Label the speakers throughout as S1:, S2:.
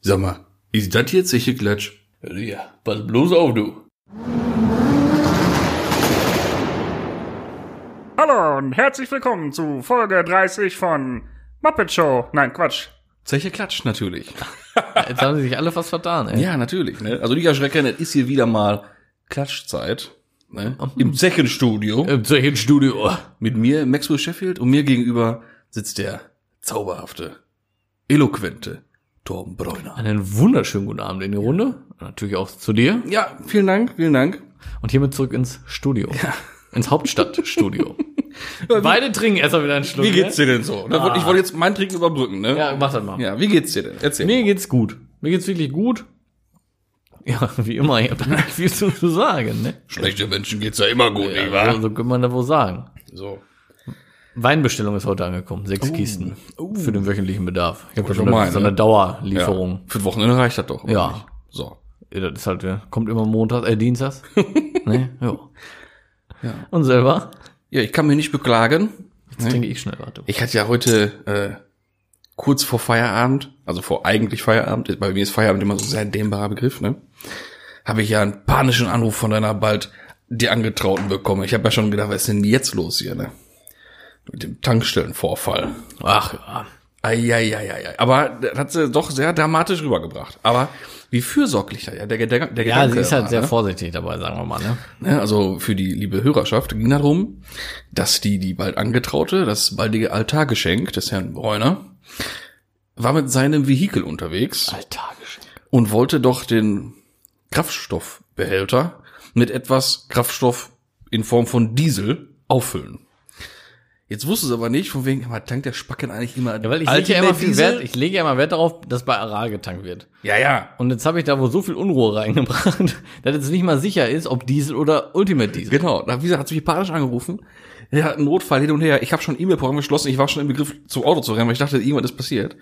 S1: Sag mal, ist das jetzt sicher Klatsch?
S2: Ja, pass bloß auf, du.
S3: Hallo und herzlich willkommen zu Folge 30 von Muppet Show. Nein, Quatsch.
S1: Zeche Klatsch, natürlich.
S2: Jetzt haben sie sich alle fast vertan, ey.
S1: ja, natürlich. Ne? Also nicht erschrecken, es ist hier wieder mal Klatschzeit. Ne? Im Zechenstudio.
S2: Im Zechenstudio.
S1: Mit mir, Maxwell Sheffield, und mir gegenüber sitzt der zauberhafte, eloquente Torben Bräuner.
S2: Einen wunderschönen guten Abend in die Runde. Natürlich auch zu dir.
S1: Ja, vielen Dank, vielen Dank.
S2: Und hiermit zurück ins Studio. Ins Hauptstadtstudio. Beide trinken erstmal wieder einen Schluck.
S1: Wie geht's
S2: ne?
S1: dir denn so? Da wollte- Ich wollte jetzt mein Trinken überbrücken, ne?
S2: Ja, mach das mal.
S1: Ah. Ja, wie geht's dir denn? Erzähl.
S2: Mir geht's gut. Mir geht's wirklich gut. Ja, wie immer, ich hab da nicht viel zu zu sagen, ne?
S1: Schlechte Menschen geht's ja immer gut, nicht
S2: Ja, so,
S1: wahr?
S2: so kann man da wohl sagen.
S1: So.
S2: Weinbestellung ist heute angekommen. Sechs Kisten. Für den wöchentlichen Bedarf. Ich habe
S1: Oh. schon
S2: schon mal
S1: mal,
S2: so
S1: ne?
S2: eine Dauerlieferung.
S1: Ja. Für das Wochenende reicht das doch. oder
S2: Ja.
S1: nicht? So.
S2: Ja, das ist halt, ja, kommt immer Montag, äh, Dienstags. ne? Jo.
S1: Ja.
S2: Und selber?
S1: Ja, ich kann mich nicht beklagen.
S2: Jetzt trinke ich schnell warte.
S1: Ich hatte ja heute äh, kurz vor Feierabend, also vor eigentlich Feierabend, bei mir ist Feierabend immer so ein sehr dehnbarer Begriff, ne? Habe ich ja einen panischen Anruf von deiner bald dir Angetrauten bekommen. Ich habe ja schon gedacht, was ist denn jetzt los hier, ne? Mit dem Tankstellenvorfall.
S2: Ach ja.
S1: Eieieiei. Aber das hat sie doch sehr dramatisch rübergebracht. Aber wie fürsorglich da ja der, der, der
S2: Ja, sie ist halt
S1: war,
S2: sehr
S1: ne?
S2: vorsichtig dabei, sagen wir mal, ne?
S1: Ne, also für die liebe Hörerschaft ging darum, dass die, die bald angetraute, das baldige Altargeschenk des Herrn Bräuner, war mit seinem Vehikel unterwegs
S2: Alltagsgeschenk.
S1: und wollte doch den Kraftstoffbehälter mit etwas Kraftstoff in Form von Diesel auffüllen. Jetzt wusste es aber nicht, von wegen, aber tankt der Spacken eigentlich immer
S2: Ja, weil ich
S1: Ultimate
S2: lege ja immer viel
S1: Diesel?
S2: Wert, ich lege ja immer Wert darauf, dass bei Aral getankt wird.
S1: ja, ja.
S2: Und jetzt habe ich da wohl so viel Unruhe reingebracht, dass jetzt nicht mal sicher ist, ob Diesel oder Ultimate Diesel.
S1: Genau, da, wie gesagt, hat sie mich panisch angerufen. Er hat einen Notfall hin und her. Ich habe schon ein E-Mail-Programm geschlossen. Ich war schon im Begriff, zum Auto zu rennen, weil ich dachte, irgendwas ist passiert.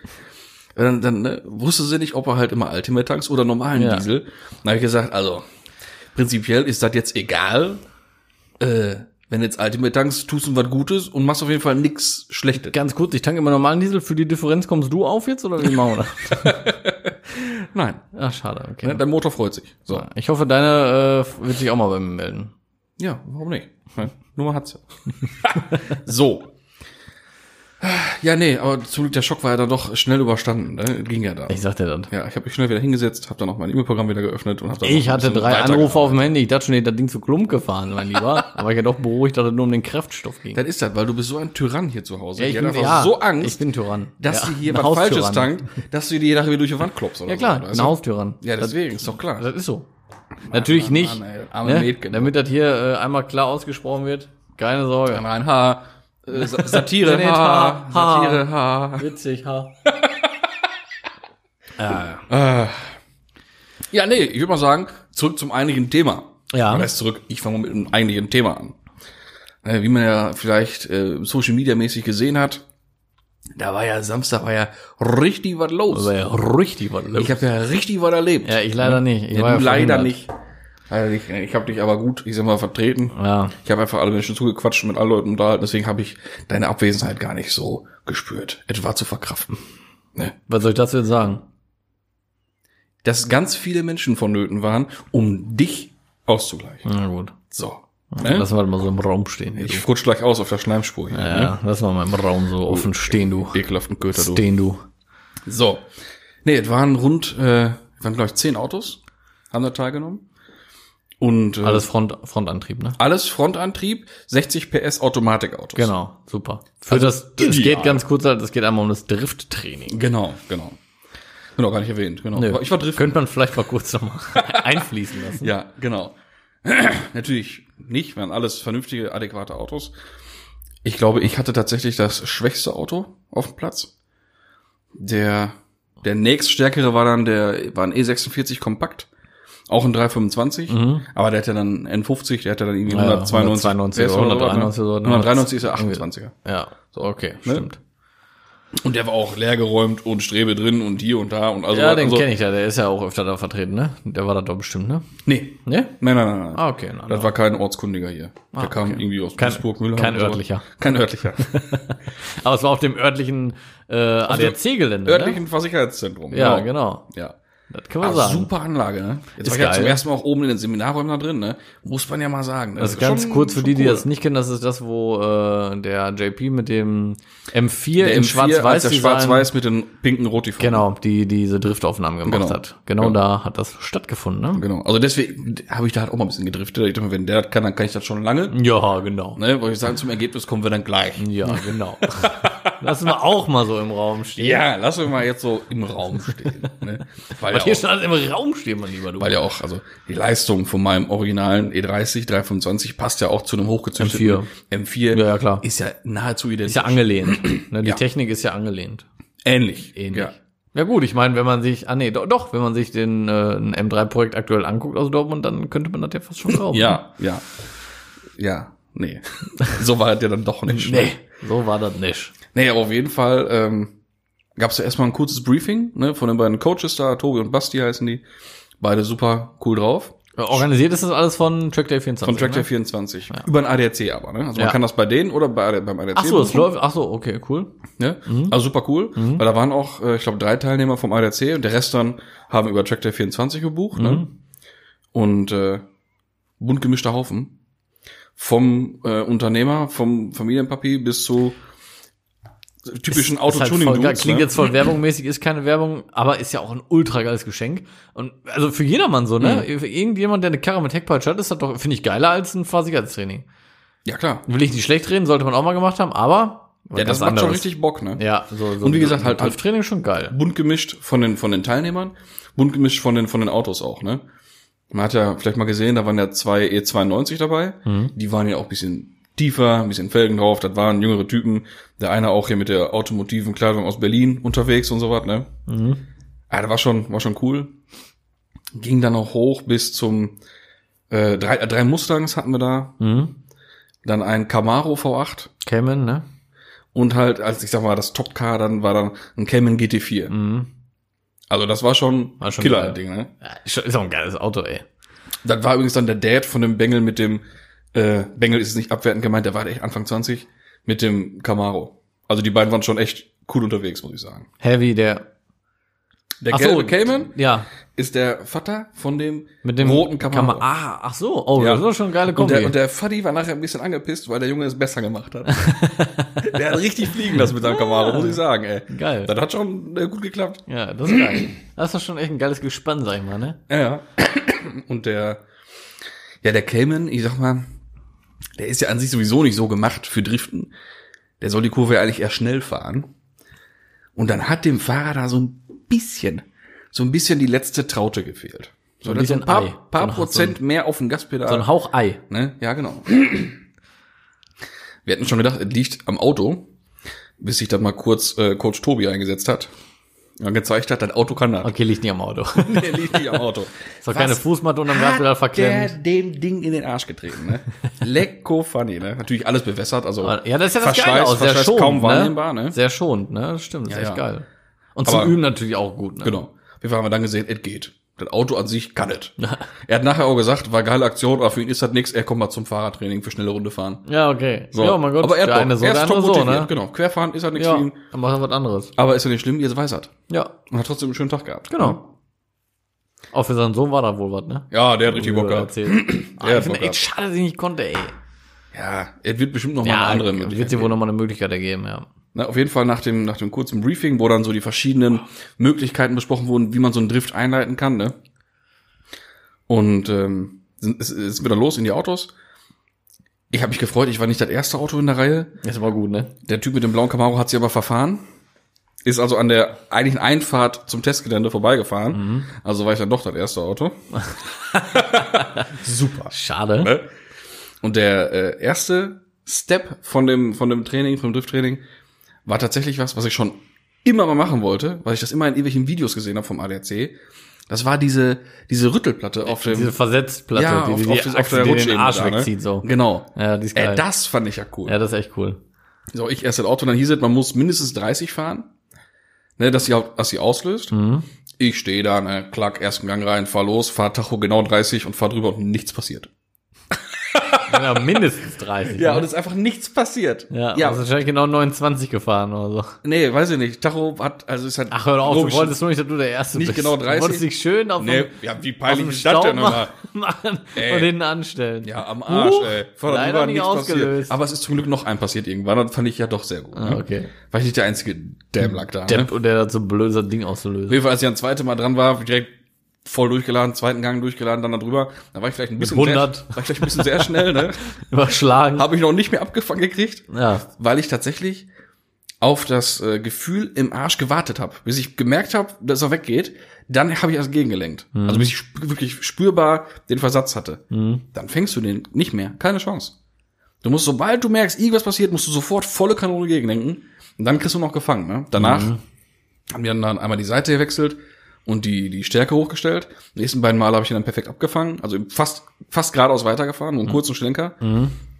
S1: Und dann dann ne, wusste sie nicht, ob er halt immer Ultimate tanks oder normalen
S2: Ja.
S1: Diesel. Dann habe ich gesagt, also prinzipiell ist das jetzt egal. Äh, wenn du jetzt Ultimate tanks, tust du was Gutes und machst auf jeden Fall nix Schlechtes.
S2: Ganz kurz, ich tanke immer normalen Diesel. Für die Differenz kommst du auf jetzt oder wie machen wir das?
S1: Nein,
S2: Ach, schade, okay.
S1: ne, dein Motor freut sich. So,
S2: Ich hoffe, deine äh, wird sich auch mal bei mir melden.
S1: ja, warum nicht? Ne, Nummer hat's. so. Ja, nee, aber zum Glück der Schock war ja dann doch schnell überstanden. Ne? Ging ja da.
S2: Ich sag dir das.
S1: Ja, ich habe mich schnell wieder hingesetzt, habe dann auch mein E-Mail-Programm wieder geöffnet und habe dann
S2: Ich
S1: noch ein
S2: hatte
S1: bisschen
S2: drei
S1: weiter-
S2: Anrufe auf dem Handy. Ich dachte schon, ich hätte das Ding zu Klump gefahren, mein Lieber. Aber ich ja doch beruhigt, dass es nur um den Kraftstoff ging.
S1: Das ist das, weil du bist so ein Tyrann hier zu Hause.
S2: ich
S1: Die
S2: bin-
S1: hat einfach
S2: ja,
S1: so Angst,
S2: Ich bin Tyrann.
S1: dass
S2: Ja,
S1: sie hier
S2: ein
S1: was Falsches
S2: Haustyrann.
S1: tankt, dass du dir nachher wieder durch die Wand klopfst oder
S2: Ja klar,
S1: so.
S2: ein
S1: weißt du?
S2: Haustyrann.
S1: Ja, deswegen, ist doch klar.
S2: Das ist so. Natürlich
S1: Mann,
S2: nicht. ne?
S1: Mann, ey, arme Mädchen. ne?
S2: Damit das hier äh, einmal klar ausgesprochen wird. Keine Sorge.
S1: Nein, Haar, äh, Sa- Satire,
S2: Nee, nee,
S1: Haar,
S2: Haar, Haar.
S1: Satire, Haar.
S2: Witzig, ha.
S1: Ja, nee, ich würde mal sagen, zurück zum eigentlichen Thema.
S2: Ja.
S1: Was heißt zurück? Ich fange mal mit dem eigentlichen Thema an. Äh, Wie man ja vielleicht äh, Social Media mäßig gesehen hat, da war ja Samstag war ja richtig was los.
S2: Das war ja richtig was los.
S1: Ich habe ja richtig was erlebt.
S2: Ja, ich leider nicht. Ich
S1: Hm? ja,
S2: war
S1: du
S2: ja
S1: leider
S2: verhindert.
S1: nicht. Also ich ich habe dich aber gut, ich sag mal, vertreten.
S2: Ja.
S1: Ich habe einfach alle Menschen zugequatscht und mit allen Leuten unterhalten, deswegen habe ich deine Abwesenheit gar nicht so gespürt. Es war zu verkraften.
S2: Was soll ich dazu jetzt sagen?
S1: Dass ganz viele Menschen vonnöten waren, um dich auszugleichen.
S2: Na gut.
S1: So.
S2: Äh?
S1: Ne?
S2: Lassen wir das mal so im Raum stehen. hier,
S1: Ich ne? rutsch gleich aus auf der Schleimspur hier.
S2: du. ja, lass mal mal im Raum so offen stehen, du.
S1: Ekelhaften Köter, du.
S2: Stehen, du.
S1: So. Nee, es waren rund, äh, waren glaube ich zehn Autos, haben da teilgenommen. Und äh,
S2: Alles Front, Frontantrieb, ne?
S1: alles Frontantrieb, 60 PS Automatikautos.
S2: Genau, super. Für das, es
S1: ideal.
S2: geht ganz kurz, es geht einmal um das Drifttraining.
S1: Genau, genau. Genau, gar nicht erwähnt, genau.
S2: Nö.
S1: Ich war driften.
S2: Könnte man vielleicht mal kurz nochmal einfließen lassen.
S1: Ja, genau. Natürlich nicht, waren alles vernünftige, adäquate Autos. Ich glaube, ich hatte tatsächlich das schwächste Auto auf dem Platz. Der, der nächststärkere war dann der, war ein E46 kompakt. Auch ein 325, aber der hatte dann ein N50, der hatte dann irgendwie
S2: Mhm. Ja,
S1: 192,
S2: 192
S1: PS oder
S2: oder
S1: 193 193
S2: 193
S1: ist der
S2: irgendwie.
S1: 28er.
S2: Ja, so, okay,
S1: Ne?
S2: stimmt.
S1: Und der war auch leergeräumt und Strebe drin und hier und da und also.
S2: Ja, den
S1: also,
S2: kenne ich ja. Der ist ja auch öfter da vertreten, ne? Der war da doch bestimmt, ne?
S1: Nee.
S2: Ne?
S1: Nein, nein, nein, nein.
S2: Ah, okay. Na,
S1: Das war kein Ortskundiger hier. Der kam irgendwie aus
S2: Ah, Kein-
S1: Duisburg, Müllheim.
S2: kein
S1: und so.
S2: örtlicher.
S1: Kein örtlicher.
S2: Aber es war auf dem örtlichen äh,
S1: dem
S2: ADAC-Gelände, ne?
S1: Örtlichen Versicherungszentrum.
S2: Ja, genau.
S1: Ja.
S2: Das kann man
S1: Ah,
S2: sagen.
S1: super Anlage, ne? Jetzt
S2: Ist
S1: war ich ja
S2: geil.
S1: zum ersten Mal auch oben in den Seminarräumen da drin, ne? Muss man ja mal sagen. Ne?
S2: Das ist ganz
S1: schon-
S2: kurz für
S1: schon
S2: die, die
S1: cool.
S2: das nicht kennen, das ist das, wo äh, der JP mit dem M4
S1: Der M4
S2: in
S1: als
S2: Schwarz-Weiß
S1: Der Schwarz-Weiß mit den pinken Rotiformen.
S2: genau, die diese Driftaufnahmen gemacht
S1: Genau.
S2: hat. Genau
S1: Ja.
S2: da hat das stattgefunden, ne?
S1: Genau. Also deswegen habe ich da halt auch mal ein bisschen gedriftet. Ich dachte mir, wenn der das kann, dann kann ich das schon lange.
S2: Ja, genau.
S1: Ne? Wollte ich sagen, zum Ergebnis kommen wir dann gleich.
S2: Ja, genau. Lassen wir auch mal so im Raum stehen.
S1: Ja, lass uns mal jetzt so im Raum stehen. Ne? Weil,
S2: Was hier
S1: ja
S2: schon
S1: auch,
S2: alles im Raum stehen, mein lieber du.
S1: weil ja auch, also die Leistung von meinem originalen E E30, 325 passt ja auch zu einem hochgezüchteten M4.
S2: Ja, ja, klar.
S1: Ist ja nahezu
S2: ist
S1: identisch.
S2: ja angelehnt. Ne? Die
S1: Ja.
S2: Technik ist ja angelehnt.
S1: ähnlich.
S2: Ähnlich.
S1: Ja.
S2: Ja. gut, ich meine, wenn man sich, ah nee, doch, doch wenn man sich den äh, ein M3-Projekt aktuell anguckt aus Dortmund, dann könnte man das ja fast schon kaufen.
S1: Ja, ja. Ja, nee. so war der dann doch nicht.
S2: Nee, so war das nicht.
S1: Nee, aber auf jeden Fall ähm, gab es ja erstmal ein kurzes Briefing ne, von den beiden Coaches da, Tobi und Basti heißen die. Beide super cool drauf.
S2: Äh, Organisiert ist das alles von Trackday 24.
S1: Von Tractor
S2: ne?
S1: 24. Über ein ADAC aber, ne? Also man
S2: Ja.
S1: kann das bei denen oder bei, AD- beim ADAC.
S2: Ach so, es
S1: buchen,
S2: läuft. Ach so, okay, cool.
S1: Ne?
S2: Mhm.
S1: Also super cool, weil da waren auch, äh, ich glaube, drei Teilnehmer vom ADAC und der Rest dann haben über Tractor 24 gebucht. Ne?
S2: Mhm.
S1: Und äh, bunt gemischter Haufen. Vom äh, Unternehmer, vom Familienpapi bis zu typischen
S2: Ist halt voll,
S1: Autotuning-Dudes.
S2: geil. klingt
S1: ne?
S2: jetzt voll werbungmäßig, ist keine Werbung, aber ist ja auch ein ultra geiles Geschenk. Und also für jedermann so, ne?
S1: Mhm.
S2: Für irgendjemand, der eine Karre mit Heckpeitsche hat, ist das doch, finde ich, geiler als ein Fahrsicherheitstraining.
S1: Ja, klar.
S2: Will ich nicht schlecht reden, sollte man auch mal gemacht haben, aber
S1: Ja, das
S2: was
S1: macht schon
S2: anderes.
S1: richtig Bock, ne?
S2: Ja, so, so
S1: Und wie gesagt, halt- halt-
S2: Training schon geil.
S1: Bunt gemischt von den, von den Teilnehmern, bunt gemischt von den, von den Autos auch, ne? Man hat ja vielleicht mal gesehen, da waren ja zwei E92 dabei. Die waren ja auch ein bisschen tiefer, ein bisschen Felgen drauf. Das waren jüngere Typen. Der eine auch hier mit der automotiven Kleidung aus Berlin unterwegs und so was, ne? Ah, das war schon, war schon cool. Ging dann auch hoch bis zum, äh, drei, äh, drei Mustangs hatten wir da.
S2: Mhm.
S1: Dann ein Camaro V8.
S2: Cayman, ne?
S1: Und halt, als ich sag mal, das Top-Car, dann war dann ein Cayman GT4. Also das war schon,
S2: Mhm. War schon
S1: Killer-Ding, ne?
S2: Ja, ist schon- ist auch ein geiles Auto, ey.
S1: Das war übrigens dann der Dad von dem Bengel mit dem, äh, Bengel ist nicht abwertend gemeint, der war echt Anfang 20, mit dem Camaro. Also die beiden waren schon echt cool unterwegs, muss ich sagen.
S2: Heavy, der.
S1: Der
S2: Ach so,
S1: gelbe Cayman
S2: Ja,
S1: ist der Vater von dem,
S2: mit dem
S1: roten Camaro.
S2: Kamera- Ah, ach so. Oh,
S1: Ja.
S2: das ist doch schon eine geile
S1: und
S2: Kombi.
S1: der, und der Faddy war nachher ein bisschen angepisst, weil der Junge es besser gemacht hat. der hat richtig fliegen lassen mit seinem Camaro, muss ich sagen, ey.
S2: Geil.
S1: Das hat schon äh, gut geklappt.
S2: ja, das ist geil. Das ist doch schon echt ein geiles Gespann, sag ich mal, ne?
S1: Ja, ja. Und der, ja, der Cayman, ich sag mal, der ist ja an sich sowieso nicht so gemacht für Driften. Der soll die Kurve ja eigentlich eher schnell fahren. Und dann hat dem Fahrer da so ein bisschen, so ein bisschen die letzte Traute gefehlt. So,
S2: ein
S1: dass so
S2: bisschen
S1: ein paar,
S2: Ei.
S1: paar
S2: So ein-
S1: Prozent mehr auf dem Gaspedal.
S2: So ein Hauch Ei.
S1: Ne? Ja, genau. Wir hatten schon gedacht, es liegt am Auto, bis sich dann mal kurz äh, Coach Tobi eingesetzt hat. Und dann gezeigt hat, dein Auto kann das.
S2: Okay, liegt nicht am Auto.
S1: Der liegt nicht am Auto.
S2: Ist doch keine Fußmatte unterm Gaspedal verklemmt.
S1: Der dem Ding in den Arsch getreten, ne? Lecko funny, ne? Natürlich alles bewässert, also
S2: Ja, das ist ja das
S1: Verschleiß-
S2: Geile aus. Sehr
S1: Verschleiß
S2: schonend,
S1: kaum
S2: ne?
S1: wahrnehmbar, ne?
S2: Sehr schonend, ne? Das stimmt, das ist
S1: Ja,
S2: echt
S1: ja.
S2: geil. Und zum
S1: Aber-
S2: Üben natürlich auch gut, ne?
S1: Genau. Wir haben dann gesehen, es geht. Das Auto an sich kann es. er hat nachher auch gesagt, war geile Aktion, aber für ihn ist das nix, er kommt mal zum Fahrradtraining für schnelle Runde fahren.
S2: Ja, okay.
S1: So.
S2: Ja, mein Gott.
S1: aber er,
S2: der
S1: hat
S2: eine
S1: Bock.
S2: so,
S1: er ist
S2: der andere
S1: top
S2: so,
S1: motiviert.
S2: ne?
S1: Genau, querfahren ist halt nichts
S2: Ja,
S1: für ihn.
S2: dann machen wir was anderes.
S1: Aber ist ja nicht schlimm, jetzt weiß er
S2: Ja,
S1: Und hat trotzdem einen schönen Tag gehabt.
S2: Genau. Auch für seinen Sohn war da wohl was, ne?
S1: Ja, der hat richtig Bock gehabt.
S2: Erzählt. ah,
S1: Ja,
S2: ich finde
S1: Bock
S2: echt schade, dass ich nicht konnte, ey.
S1: Ja, er wird bestimmt noch mal
S2: Ja,
S1: eine andere
S2: wird
S1: Möglichkeit.
S2: dir wohl nochmal eine Möglichkeit ergeben, ja.
S1: Na, Ne, auf jeden Fall nach dem, nach dem kurzen Briefing, wo dann so die verschiedenen Möglichkeiten besprochen wurden, wie man so einen Drift einleiten kann, ne? Und ähm, sind, ist, ist wieder los in die Autos. Ich habe mich gefreut, ich war nicht das erste Auto in der Reihe.
S2: Ist aber gut, ne?
S1: Der Typ mit dem blauen Camaro hat sich aber verfahren. Ist also an der eigentlichen Einfahrt zum Testgelände vorbeigefahren. Also war ich dann doch das erste Auto. Super.
S2: Schade.
S1: Ne? Und der äh, erste Step von dem, von dem Training, vom Drifttraining, war tatsächlich was, was ich schon immer mal machen wollte, weil ich das immer in irgendwelchen Videos gesehen habe vom ADAC. Das war diese, diese Rüttelplatte auf dem,
S2: Diese Versetzplatte,
S1: ja,
S2: die,
S1: auf,
S2: die,
S1: auf,
S2: die,
S1: auf der
S2: die den
S1: Rutschebene
S2: Arsch
S1: da, ne?
S2: wegzieht, so.
S1: Genau.
S2: Ja, die ist geil.
S1: Äh, das fand ich ja cool.
S2: ja, das ist echt cool.
S1: So, ich erst das Auto, dann hieß es, man muss mindestens 30 fahren, ne, dass sie, auch- dass sie auslöst.
S2: Mhm.
S1: Ich stehe da, ne, klack, ersten Gang rein, fahr los, fahr Tacho genau 30 und fahr drüber und nichts passiert.
S2: Ja, mindestens 30.
S1: Ja,
S2: ne?
S1: und es ist einfach nichts passiert.
S2: ja, ja. Also wahrscheinlich genau 29 gefahren oder so.
S1: nee, weiß ich nicht. Tacho hat, also ist halt.
S2: Ach, hör auf,
S1: logisch-
S2: du wolltest nur nicht, dass du der Erste
S1: Nicht
S2: bist.
S1: genau 30.
S2: Du wolltest dich schön auf
S1: Nee,
S2: dem,
S1: ja, wie
S2: auf
S1: peinlich
S2: dem
S1: ist das
S2: Staub
S1: denn nochmal?
S2: machen
S1: Ey.
S2: und hinten anstellen.
S1: Ja, am Arsch,
S2: Huch,
S1: ey.
S2: leider
S1: drüber,
S2: nicht
S1: nichts
S2: ausgelöst.
S1: Aber es ist zum Glück noch ein passiert irgendwann. Das fand ich ja doch sehr gut.
S2: Ah,
S1: ne?
S2: okay.
S1: War ich nicht der einzige Dämmlack da. Ne?
S2: Depp und der dazu so blöd, ist, das Ding
S1: Auf
S2: auszulösen.
S1: jeden Fall, als ich am zweiten Mal dran war, direkt voll durchgeladen, zweiten Gang durchgeladen, dann da drüber. Da war ich vielleicht ein bisschen,
S2: 100.
S1: Sehr, war ich vielleicht ein bisschen sehr schnell, ne?
S2: Überschlagen.
S1: Habe ich noch nicht mehr abgefangen gekriegt,
S2: Ja.
S1: weil ich tatsächlich auf das äh, Gefühl im Arsch gewartet habe, bis ich gemerkt habe, dass er weggeht, dann habe ich erst gegengelenkt. Also bis ich sp wirklich spürbar den Versatz hatte. Dann fängst du den nicht mehr, keine Chance. Du musst, sobald du merkst, irgendwas passiert, musst du sofort volle Kanone gegenlenken und dann kriegst du noch gefangen. Ne? Danach
S2: Mhm.
S1: haben wir dann einmal die Seite gewechselt und die, die Stärke hochgestellt. Die nächsten beiden Mal habe ich ihn dann perfekt abgefangen, also fast, fast geradeaus weitergefahren,
S2: Mhm.
S1: nur einen kurzen Schlenker.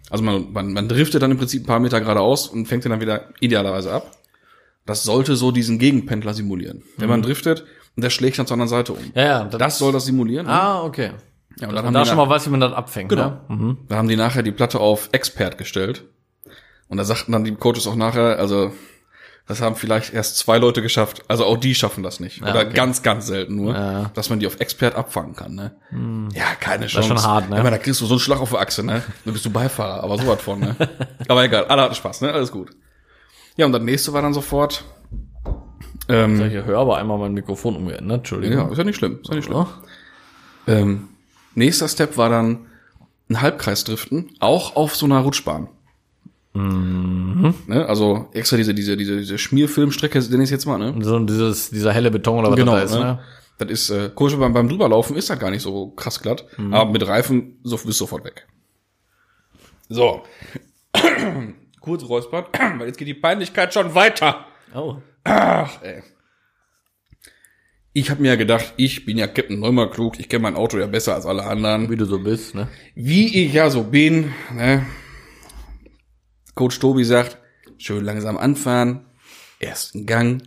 S1: Also man, man, man driftet dann im Prinzip ein paar Meter geradeaus und fängt den dann wieder idealerweise ab. Das sollte so diesen Gegenpendler simulieren. Wenn man driftet und der schlägt dann zur anderen Seite um.
S2: Mhm. Ja, ja.
S1: Das soll das simulieren. ne?
S2: ah, okay.
S1: ja, und
S2: Dass
S1: dann
S2: man
S1: haben
S2: da
S1: die
S2: schon
S1: nach-
S2: mal weiß, wie man das abfängt.
S1: Genau.
S2: Ne? Mhm.
S1: da haben die nachher die Platte auf Expert gestellt. Und da sagten dann die Coaches auch nachher, also das haben vielleicht erst zwei Leute geschafft. Also auch die schaffen das nicht. Oder
S2: okay.
S1: ganz, ganz selten nur,
S2: Ja. Mhm.
S1: dass man die auf Expert abfangen kann. Ne? Ja, keine Chance.
S2: ist schon hart, ne?
S1: Ich meine, da kriegst du so einen Schlag auf die Achse, ne? Dann bist du Beifahrer, aber sowas von, ne? aber egal, alle hatten Spaß, ne? Alles gut. Ja, und das nächste war dann sofort.
S2: Ich
S1: Ähm,
S2: hier höre aber einmal mein Mikrofon umgeändert.
S1: ja,
S2: Entschuldigung.
S1: ist ja nicht schlimm, ist ja nicht schlimm.
S2: Ja.
S1: Ähm, nächster Step war dann ein Halbkreisdriften, auch auf so einer Rutschbahn. Ne? Also extra diese, diese, diese, diese Schmierfilmstrecke, nenne ich jetzt mal, ne?
S2: So dieses, dieser helle Beton oder was
S1: Genau,
S2: das da ist. Ne?
S1: Das ist, äh, Kurve beim, beim drüberlaufen ist das gar nicht so krass glatt, aber mit Reifen so, bist sofort weg. So. Kurz räuspert, weil jetzt geht die Peinlichkeit schon weiter.
S2: Oh.
S1: Ich habe mir ja gedacht, ich bin ja Captain Neumann klug, ich kenne mein Auto ja besser als alle anderen.
S2: Wie du so bist, ne?
S1: wie ich ja so bin, ne? Coach Tobi sagt, schön langsam anfahren, ersten Gang,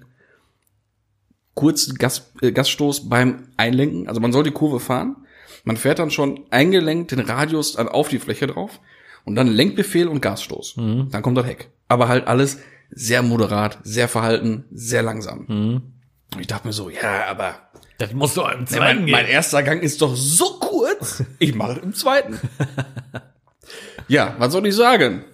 S1: kurzen Gas, äh, Gasstoß beim Einlenken, also man soll die Kurve fahren, man fährt dann schon eingelenkt den Radius dann auf die Fläche drauf und dann Lenkbefehl und Gasstoß. Dann kommt das Heck. Aber halt alles sehr moderat, sehr verhalten, sehr langsam. Und ich dachte mir so, ja, aber
S2: Das musst du im
S1: Nee, mein, mein erster Gang ist doch so kurz. Ich mache im zweiten. ja, was soll ich sagen?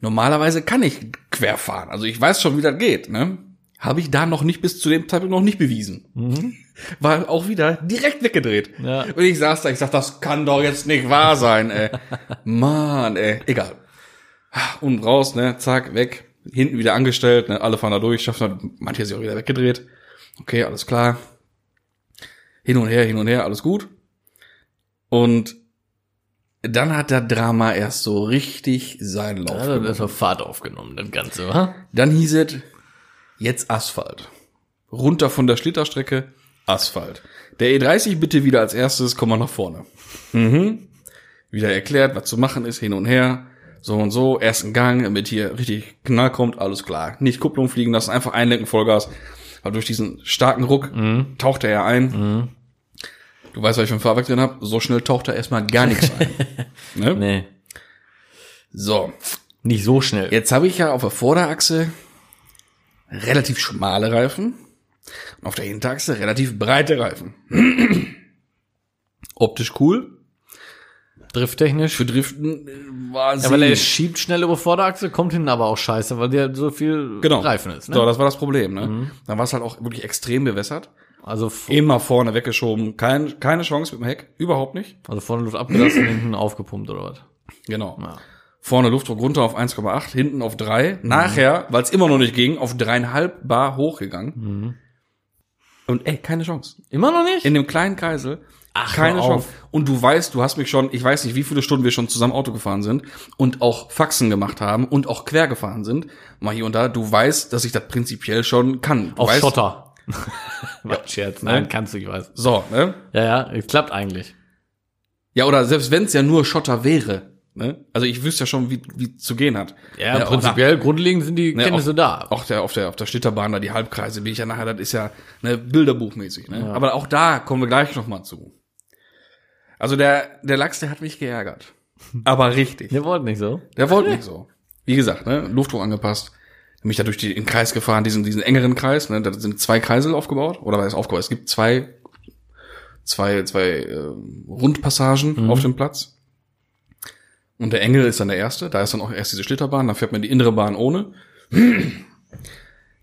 S1: Normalerweise kann ich quer fahren. Also ich weiß schon, wie das geht. Ne? Habe ich da noch nicht bis zu dem Zeitpunkt noch nicht bewiesen. War auch wieder direkt weggedreht.
S2: Ja.
S1: Und ich saß da, ich sag, das kann doch jetzt nicht wahr sein, ey. Mann, ey, egal. Und raus, ne, zack, weg. Hinten wieder angestellt, ne, alle fahren da durch, schaffen das, manche sind auch wieder weggedreht. Okay, alles klar. Hin und her, hin und her, alles gut. Und dann hat der Drama erst so richtig seinen Lauf.
S2: Ja, dann ist auf Fahrt aufgenommen, das Ganze, wa?
S1: Dann hieß es, jetzt Asphalt. Runter von der Schlitterstrecke, Asphalt. Der E30 bitte wieder als erstes, komm mal nach vorne. Mhm. Wieder erklärt, was zu machen ist, hin und her. So und so, ersten Gang, damit hier richtig Knall kommt, alles klar. Nicht Kupplung fliegen lassen, einfach einlenken, Vollgas. Aber durch diesen starken Ruck taucht er ja ein. Du weißt, was ich für ein Fahrwerk drin habe. So schnell taucht er erstmal gar nichts ein. ne?
S2: Nee.
S1: So,
S2: Nicht so schnell.
S1: Jetzt habe ich ja auf der Vorderachse relativ schmale Reifen und auf der Hinterachse relativ breite Reifen. Optisch cool.
S2: Drifttechnisch.
S1: Für Driften äh, war
S2: Ja, weil er
S1: sie.
S2: schiebt schnell über Vorderachse, kommt hinten aber auch scheiße, weil der so viel Reifen ist. Ne?
S1: genau. So, das war das Problem. Ne? Dann war es halt auch wirklich extrem bewässert.
S2: also, v-
S1: Immer vorne weggeschoben. Kein, keine Chance mit dem Heck. Überhaupt nicht.
S2: also vorne Luft abgelassen, hinten aufgepumpt oder was.
S1: Genau.
S2: Ja.
S1: Vorne Luftdruck runter auf 1,8, hinten auf 3. Nachher, weil es immer noch nicht ging, auf 3,5 Bar hochgegangen. Und ey, keine Chance.
S2: Immer noch nicht?
S1: In dem kleinen Kreisel. Ach,
S2: hör
S1: keine
S2: auf.
S1: Chance. Und du weißt, du hast mich schon, ich weiß nicht, wie viele Stunden wir schon zusammen Auto gefahren sind und auch Faxen gemacht haben und auch quer gefahren sind, mal hier und da, du weißt, dass ich das prinzipiell schon kann. Du
S2: auf
S1: weißt,
S2: Schotter. War ein Scherz, nein,
S1: Ne?
S2: kannst du, ich weiß.
S1: So, ne?
S2: Ja, ja, es klappt eigentlich.
S1: Ja, oder selbst wenn es ja nur Schotter wäre, Ne? Also ich wüsste ja schon, wie wie zu gehen hat. Ne,
S2: Ja,
S1: auch nach-
S2: prinzipiell, grundlegend sind die
S1: Ne,
S2: Kenntnisse
S1: auch,
S2: da.
S1: Auch der, auf der, auf der Schlitterbahn da, die Halbkreise, bin ich ja nachher, das ist ja, ne, Bilderbuchmäßig, ne. Aber auch da kommen wir gleich nochmal zu. Also der, der Lachs, der hat mich geärgert. Aber richtig.
S2: Der wollte nicht so.
S1: Der wollte nicht so. Wie gesagt, ne, Luftdruck angepasst. Hab mich da durch die, den Kreis gefahren, diesen, diesen engeren Kreis, ne, da sind zwei Kreisel aufgebaut, oder was ist aufgebaut? Es gibt zwei, zwei, zwei, äh, Rundpassagen
S2: Mhm.
S1: auf dem Platz. Und der Engel ist dann der erste, da ist dann auch erst diese Schlitterbahn, dann fährt man die innere Bahn ohne.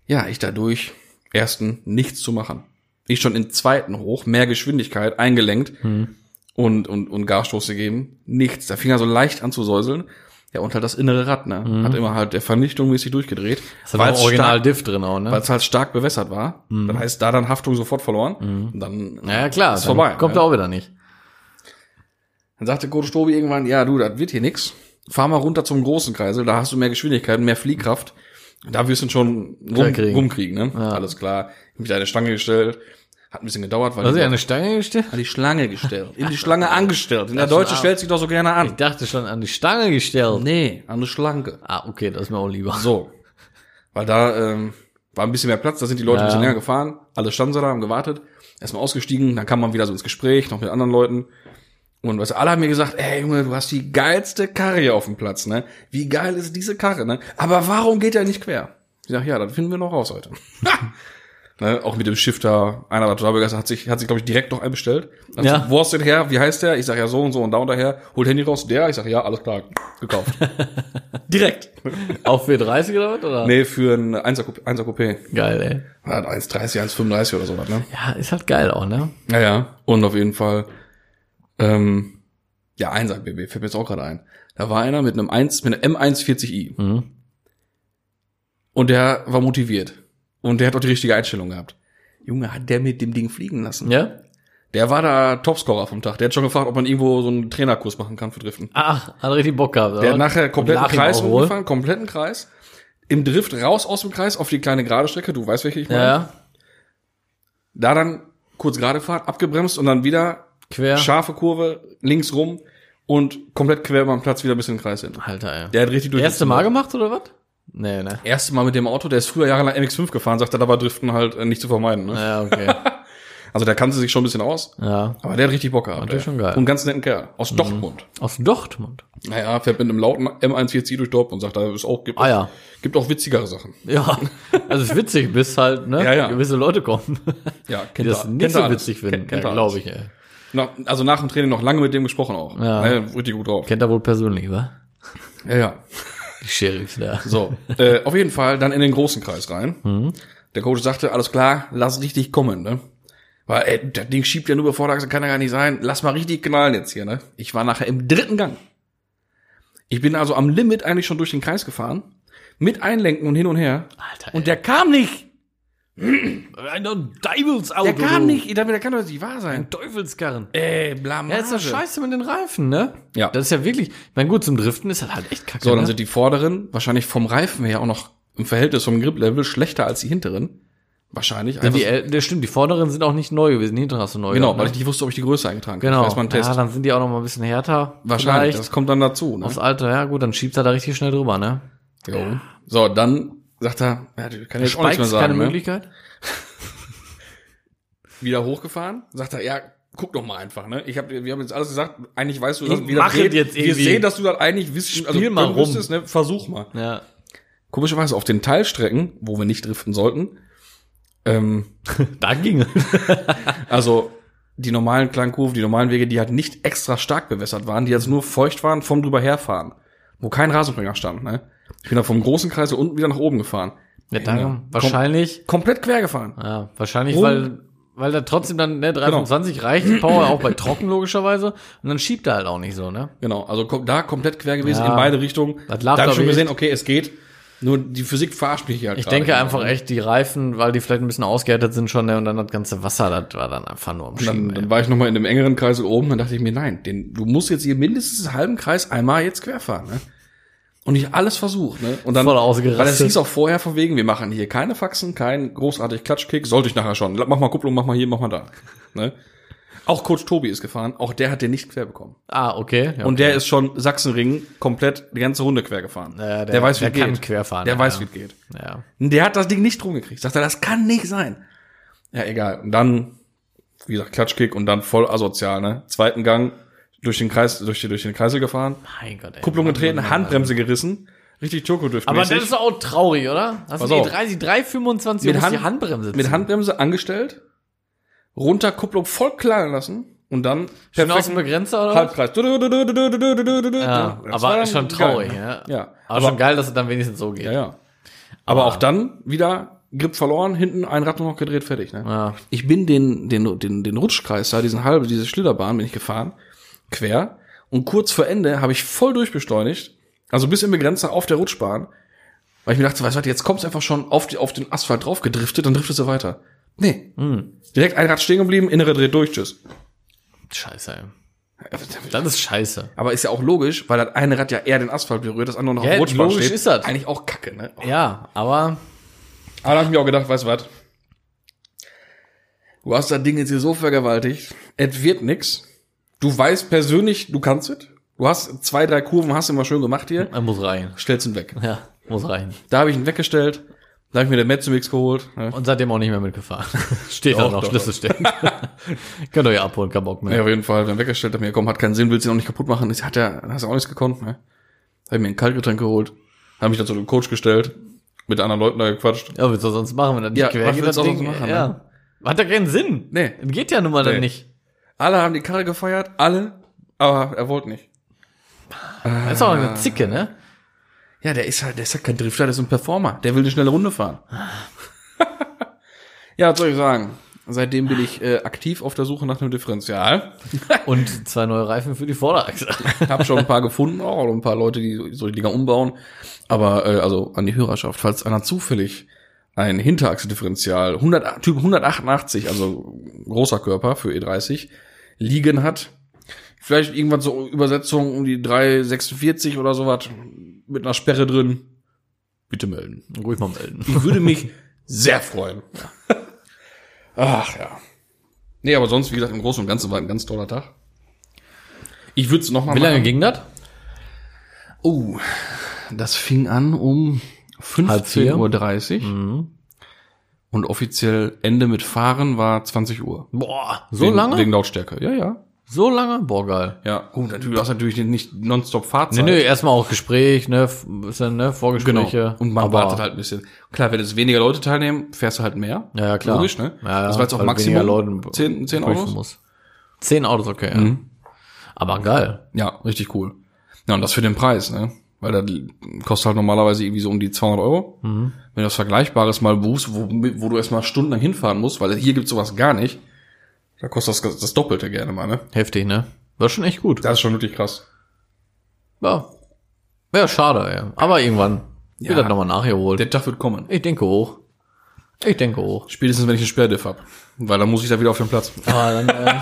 S1: Ja, ich dadurch ersten nichts zu machen. Ich schon im zweiten hoch, mehr Geschwindigkeit, eingelenkt
S2: Mhm.
S1: und, und, und Garstoß gegeben. Nichts. Da fing er so leicht an zu säuseln. Ja, und halt das innere Rad, ne? Hat immer halt der Vernichtung mäßig durchgedreht.
S2: Mhm. Das hat auch original Mhm.
S1: stark,
S2: Diff drin auch, ne?
S1: weil's halt stark bewässert war. Dann heißt da dann Haftung sofort verloren.
S2: Mhm.
S1: Und dann
S2: ja, ja, klar,
S1: ist
S2: dann
S1: vorbei.
S2: kommt
S1: ne?
S2: er auch wieder nicht.
S1: Dann sagte Goto Stobi irgendwann, ja du, das wird hier nix. Fahr mal runter zum großen Kreisel, da hast du mehr Geschwindigkeit, mehr Fliehkraft. Da wirst du ihn schon rum,
S2: kriegen.
S1: rumkriegen, ne?
S2: Ja.
S1: Alles klar. Hab mich da eine Stange gestellt. Hat ein bisschen gedauert, weil
S2: Hast du ja
S1: die,
S2: eine Stange gestellt?
S1: hat die Schlange gestellt. In die Schlange angestellt. In der Deutsche
S2: schon
S1: stellt sich doch so gerne
S2: Ich
S1: an.
S2: dachte schon an die Stange gestellt.
S1: Nee, an eine Schlange.
S2: Ah, okay, das ist mir auch lieber.
S1: So. Weil da ähm, war ein bisschen mehr Platz, da sind die Leute ein bisschen
S2: Ja.
S1: länger gefahren. Alle standen so da, haben gewartet. Erstmal ausgestiegen, dann kam man wieder so ins Gespräch, noch mit anderen Leuten. Und was alle haben mir gesagt, ey Junge, du hast die geilste Karre hier auf dem Platz, ne? Wie geil ist diese Karre, ne? Aber warum geht er nicht quer? Ich sag, ja, das finden wir noch raus heute. ne? Auch mit dem Shifter, einer war total begeistert, hat sich, hat sich, glaube ich, direkt noch einbestellt. Dann
S2: Ja.
S1: so, Wo hast du den her? Wie heißt der? Ich sag ja so und so und da und daher. Holt Handy raus, der? Ich sag ja, alles klar, gekauft. direkt.
S2: Auf 430 oder was? Oder?
S1: Nee, für ein 1er Coupé. 1er Coupé.
S2: Geil, ey.
S1: Ja, 1,30, 1,35 oder so, was, ne?
S2: Ja, ist halt geil auch, ne?
S1: Ja, ja. Und auf jeden Fall, ähm, ja, 1er BB, fällt mir jetzt auch gerade ein. Da war einer mit einem 1, mit einem M140i.
S2: Mhm.
S1: Und der war motiviert. Und der hat auch die richtige Einstellung gehabt. Junge, hat der mit dem Ding fliegen lassen?
S2: Ja?
S1: Der war da Topscorer vom Tag. Der hat schon gefragt, ob man irgendwo so einen Trainerkurs machen kann für Driften.
S2: Ach, Ah, hat richtig Bock gehabt.
S1: Der
S2: oder?
S1: hat nachher kompletten
S2: Und lag ihm
S1: Kreis
S2: auch wohl.
S1: rumgefahren, kompletten Kreis. Im Drift raus aus dem Kreis auf die kleine gerade Strecke. Du weißt, welche ich meine.
S2: Ja, ja.
S1: da dann kurz gerade Fahrt, abgebremst und dann wieder
S2: Quer.
S1: scharfe Kurve, links rum und komplett quer über den Platz wieder ein bisschen im Kreis hin.
S2: Alter, ey.
S1: Der hat richtig durch.
S2: Erste Mal gemacht oder was? Nee, ne.
S1: Erste Mal mit dem Auto, der ist früher jahrelang MX5 gefahren, sagt er, da war Driften halt äh, nicht zu vermeiden. Ne?
S2: Ja, okay.
S1: Also der kannte sich schon ein bisschen aus,
S2: ja.
S1: aber der hat richtig Bock gehabt.
S2: Natürlich
S1: ey.
S2: schon geil. Mhm.
S1: Und einen ganz netten Kerl, aus Dortmund.
S2: Aus Dortmund.
S1: Naja, fährt mit einem lauten M140 durch Dortmund, sagt er, es auch, gibt,
S2: Ah, ja.
S1: gibt auch witzigere Sachen.
S2: Ja. Also ist witzig, bis halt, ne?
S1: Ja, ja.
S2: Gewisse Leute kommen.
S1: Ja,
S2: Die
S1: kennt
S2: das
S1: er-
S2: nicht
S1: kennt
S2: so
S1: er alles.
S2: witzig finden,
S1: Kennt, kennt
S2: ja,
S1: glaube
S2: glaube ich, ey.
S1: Also nach dem Training noch lange mit dem gesprochen auch.
S2: Ja.
S1: Ja, richtig gut drauf.
S2: Kennt er wohl persönlich, wa?
S1: Ja, ja.
S2: Die Sheriffs da.
S1: So, äh, auf jeden Fall dann in den großen Kreis rein.
S2: Mhm.
S1: Der Coach sagte, alles klar, lass richtig kommen, ne? Weil, ey, das Ding schiebt ja nur bevor, das kann ja gar nicht sein. Lass mal richtig knallen jetzt hier, ne? Ich war nachher im dritten Gang. Ich bin also am Limit eigentlich schon durch den Kreis gefahren. Mit Einlenken und hin und her.
S2: Alter,
S1: Und der kam nicht.
S2: ein Deivels Auto.
S1: Der kam nicht. Ich dachte, mir, der kann doch jetzt nicht wahr sein.
S2: Teufelskarren.
S1: Ey, blamage.
S2: Ja, ist doch scheiße mit den Reifen, ne?
S1: Ja.
S2: Das ist ja wirklich, ich meine, gut, zum Driften ist das halt echt kacke.
S1: So, dann
S2: ne?
S1: sind die vorderen wahrscheinlich vom Reifen her auch noch im Verhältnis vom Grip-Level schlechter als die hinteren. Wahrscheinlich.
S2: Denn
S1: einfach
S2: Also die, El- das stimmt, die vorderen sind auch nicht neu gewesen, die hinteren hast du neu.
S1: Genau,
S2: gehabt,
S1: weil
S2: ne?
S1: ich nicht wusste, ob ich die Größe eingetragen habe.
S2: Genau.
S1: Das war erstmal ein Test.
S2: Ja, dann sind die auch noch mal ein bisschen härter.
S1: Wahrscheinlich,
S2: Vielleicht.
S1: das kommt dann dazu. Ne?
S2: Aufs Alter, ja gut, dann schiebt er da richtig schnell drüber, ne?
S1: Jo. So, dann sagt er, ja, du kann jetzt auch nichts mehr
S2: Spikes, keine
S1: sagen. Ne?
S2: Möglichkeit.
S1: Wieder hochgefahren, sagt er, ja, guck doch mal einfach. Ne? Ich hab, wir haben jetzt alles gesagt, eigentlich weißt du, dass
S2: Ich
S1: wie das
S2: mach
S1: geht.
S2: es jetzt
S1: Wir
S2: irgendwie.
S1: sehen, dass du das eigentlich wissen,
S2: Spiel mal
S1: können
S2: rum.
S1: müsstest, ne? versuch mal.
S2: Ja.
S1: Komischerweise auf den Teilstrecken, wo wir nicht driften sollten, ähm,
S2: Da ging
S1: also die normalen kleinen Kurven, die normalen Wege, die halt nicht extra stark bewässert waren, die jetzt nur feucht waren vom drüber herfahren, wo kein Rasenbringer stand. Ne? Ich bin da vom großen Kreis unten wieder nach oben gefahren.
S2: ja,
S1: Ja.
S2: darum, wahrscheinlich,
S1: komplett quer gefahren.
S2: ja, wahrscheinlich,
S1: Rum.
S2: weil, weil da trotzdem dann, ne,
S1: Genau.
S2: 325 reicht die Power auch bei trocken logischerweise und dann schiebt er halt auch nicht so, ne?
S1: Genau, also kom da komplett quer gewesen
S2: Ja.
S1: in beide Richtungen.
S2: Das lag,
S1: da hab
S2: glaub
S1: ich schon
S2: ich,
S1: gesehen, okay, es geht. Nur die Physik verarscht mich hier halt
S2: Ich
S1: gerade.
S2: denke einfach echt, die Reifen, weil die vielleicht ein bisschen ausgehärtet sind schon, ne, und dann das ganze Wasser, das war dann einfach nur am
S1: Und
S2: Schieben.
S1: Dann,
S2: ey.
S1: dann war ich nochmal in dem engeren Kreis oben, dann dachte ich mir, nein, den, du musst jetzt hier mindestens einen halben Kreis einmal jetzt quer fahren. Ne? Und ich alles versucht. Ne? Und dann,
S2: Voll
S1: weil
S2: ausgerastet.
S1: es hieß auch vorher von wegen, wir machen hier keine Faxen, kein großartig Klatschkick, sollte ich nachher schon. Mach mal Kupplung, mach mal hier, mach mal da. Ne? Auch Coach Tobi ist gefahren, auch der hat den nicht quer bekommen.
S2: Ah, okay. Ja,
S1: Und der ist schon Sachsenring komplett die ganze Runde quer gefahren.
S2: Ja, der-
S1: wie
S2: der
S1: es
S2: kann
S1: geht.
S2: quer fahren,
S1: Der
S2: ja,
S1: weiß,
S2: ja.
S1: wie es geht.
S2: ja.
S1: Und Der hat das Ding nicht rumgekriegt. Sagt er, das kann nicht sein. Ja, egal. Und dann, wie gesagt, Klatschkick und dann voll asozial, ne? Zweiten Gang durch den Kreis, durch, die, durch den Kreisel gefahren,
S2: Mein Gott, ey.
S1: Kupplung getreten,
S2: Mann,
S1: Handbremse gerissen, richtig Joko
S2: Aber das ist auch traurig, oder? Hast
S1: Pass
S2: du die
S1: auf.
S2: 30, 325
S1: Mit
S2: und musst
S1: Hand-
S2: die Handbremse
S1: mit
S2: ziehen.
S1: Handbremse angestellt, runter, Kupplung voll klar lassen und dann
S2: Schön aus dem Begrenzer, oder? was?
S1: Halbkreis. Du, du, du, du, du, du, du, du, du, du.
S2: Ja,
S1: Das war
S2: aber
S1: dann
S2: schon
S1: geil.
S2: traurig, ja.
S1: Ja,
S2: Aber, schon geil, dass es dann wenigstens so geht.
S1: Ja, ja. Aber auch dann wieder Grip verloren, hinten ein Rad nur noch gedreht, fertig. Ne?
S2: Ja.
S1: Ich bin den, den, den, den Rutschkreis da, diesen halbe, diese Schlitterbahn bin ich gefahren, quer. Und kurz vor Ende habe ich voll durchbeschleunigt, also bis im Begrenzer auf der Rutschbahn, weil ich mir dachte, weißt du was, jetzt kommst du einfach schon auf, die, auf den Asphalt drauf gedriftet, dann driftest du weiter. Nee.
S2: Hm.
S1: Direkt ein Rad stehen geblieben, innere dreht durch, tschüss.
S2: Scheiße, ey. Das ist scheiße.
S1: Aber ist ja auch logisch, weil das eine Rad ja eher den Asphalt berührt, das andere noch
S2: Ja,
S1: auf Rutschbahn
S2: logisch
S1: steht.
S2: ist das.
S1: Eigentlich auch kacke, ne?
S2: Ja, aber
S1: Aber da hab ich mir auch gedacht, weißt du was? Du hast das Ding jetzt hier so vergewaltigt, es wird nix. Du weißt persönlich, du kannst es. Du hast zwei, drei Kurven, hast immer schön gemacht hier.
S2: er muss rein.
S1: Stellst ihn weg.
S2: Ja, muss rein.
S1: Da habe ich ihn weggestellt. Da habe ich mir den Metzumix geholt. Ne?
S2: Und seitdem auch nicht mehr mitgefahren. Steht da
S1: Doch,
S2: noch,
S1: doch.
S2: Schlüssel steht. Könnt ihr ja abholen, kein Bock mehr.
S1: Ja, auf jeden Fall. Dann weggestellt, hab mir komm, hat keinen Sinn, willst du ihn auch nicht kaputt machen. Ich hat ja, hast ja auch nichts gekonnt, ne? Habe mir ein Kaltgetränk geholt. Habe mich dann zu dem Coach gestellt. Mit anderen Leuten da gequatscht.
S2: Ja, willst du sonst machen, wenn er nicht
S1: Ja,
S2: quer
S1: was
S2: geht,
S1: willst
S2: das
S1: du auch
S2: Ding?
S1: sonst machen,
S2: ja. Hat ja keinen Sinn.
S1: Nee.
S2: Geht ja nun mal dann
S1: Nee.
S2: nicht.
S1: Alle haben die Karre gefeiert, alle. Aber er wollte nicht.
S2: Das ist auch
S1: Ah.
S2: eine Zicke, ne?
S1: Ja, der ist halt, der ist halt kein Drifter, der ist ein Performer. Der will eine schnelle Runde fahren. ja, was soll ich sagen? Seitdem bin ich äh, aktiv auf der Suche nach einem Differential.
S2: Und zwei neue Reifen für die Vorderachse.
S1: Hab schon ein paar gefunden, auch ein paar Leute, die so die Dinger umbauen. Aber äh, also an die Hörerschaft, falls einer zufällig ein Hinterachse-Differential 100, Typ 188, also großer Körper für E30, liegen hat, vielleicht irgendwann so Übersetzung um die 346 oder sowas mit einer Sperre drin, bitte melden.
S2: Ruhig mal melden.
S1: Ich würde mich sehr freuen. Ach ja. Nee, aber sonst, wie gesagt, im Großen und Ganzen war ein ganz toller Tag. Ich würde es nochmal
S2: Wie lange ging das?
S1: Oh, das fing an um
S2: Halb vier.
S1: 15.30 Uhr. Und offiziell Ende mit Fahren war 20 Uhr.
S2: Boah, so
S1: wegen,
S2: lange?
S1: Wegen Lautstärke, ja, ja.
S2: So lange? Boah, geil.
S1: Ja, gut, natürlich, du hast natürlich nicht nonstop
S2: Nee,
S1: Fahrzeit.
S2: nee, erstmal auch Gespräch, ne, f- bisschen, ne, Vorgespräche.
S1: Genau. Und man
S2: aber-
S1: wartet halt ein bisschen. Klar, wenn es weniger Leute teilnehmen, fährst du halt mehr.
S2: Ja, ja, klar.
S1: Logisch, ne?
S2: Ja, ja,
S1: das war jetzt auch
S2: weil
S1: Maximum.
S2: weniger Leuten
S1: 10, 10
S2: prüfen
S1: Autos. Mhm.
S2: Muss. Zehn Autos, okay, ja. Aber geil.
S1: Ja, richtig cool. Ja, und das für den Preis, ne? Weil das kostet halt normalerweise irgendwie so um die 200 Euro. Wenn du was Vergleichbares mal buchst, wo, wo du erstmal stundenlang hinfahren musst, weil hier gibt's sowas gar nicht, da kostet das, das Doppelte gerne mal, ne?
S2: Heftig, ne? War schon echt gut.
S1: Das ist schon wirklich krass.
S2: Ja. Ja, schade, ey. Aber irgendwann
S1: Ja.
S2: wird das nochmal nachgeholt.
S1: Der Tag wird kommen.
S2: Ich denke hoch. Ich denke hoch.
S1: Spätestens, wenn ich einen Sperrdiff hab. Weil dann muss ich da wieder auf den Platz.
S2: Aber dann, äh,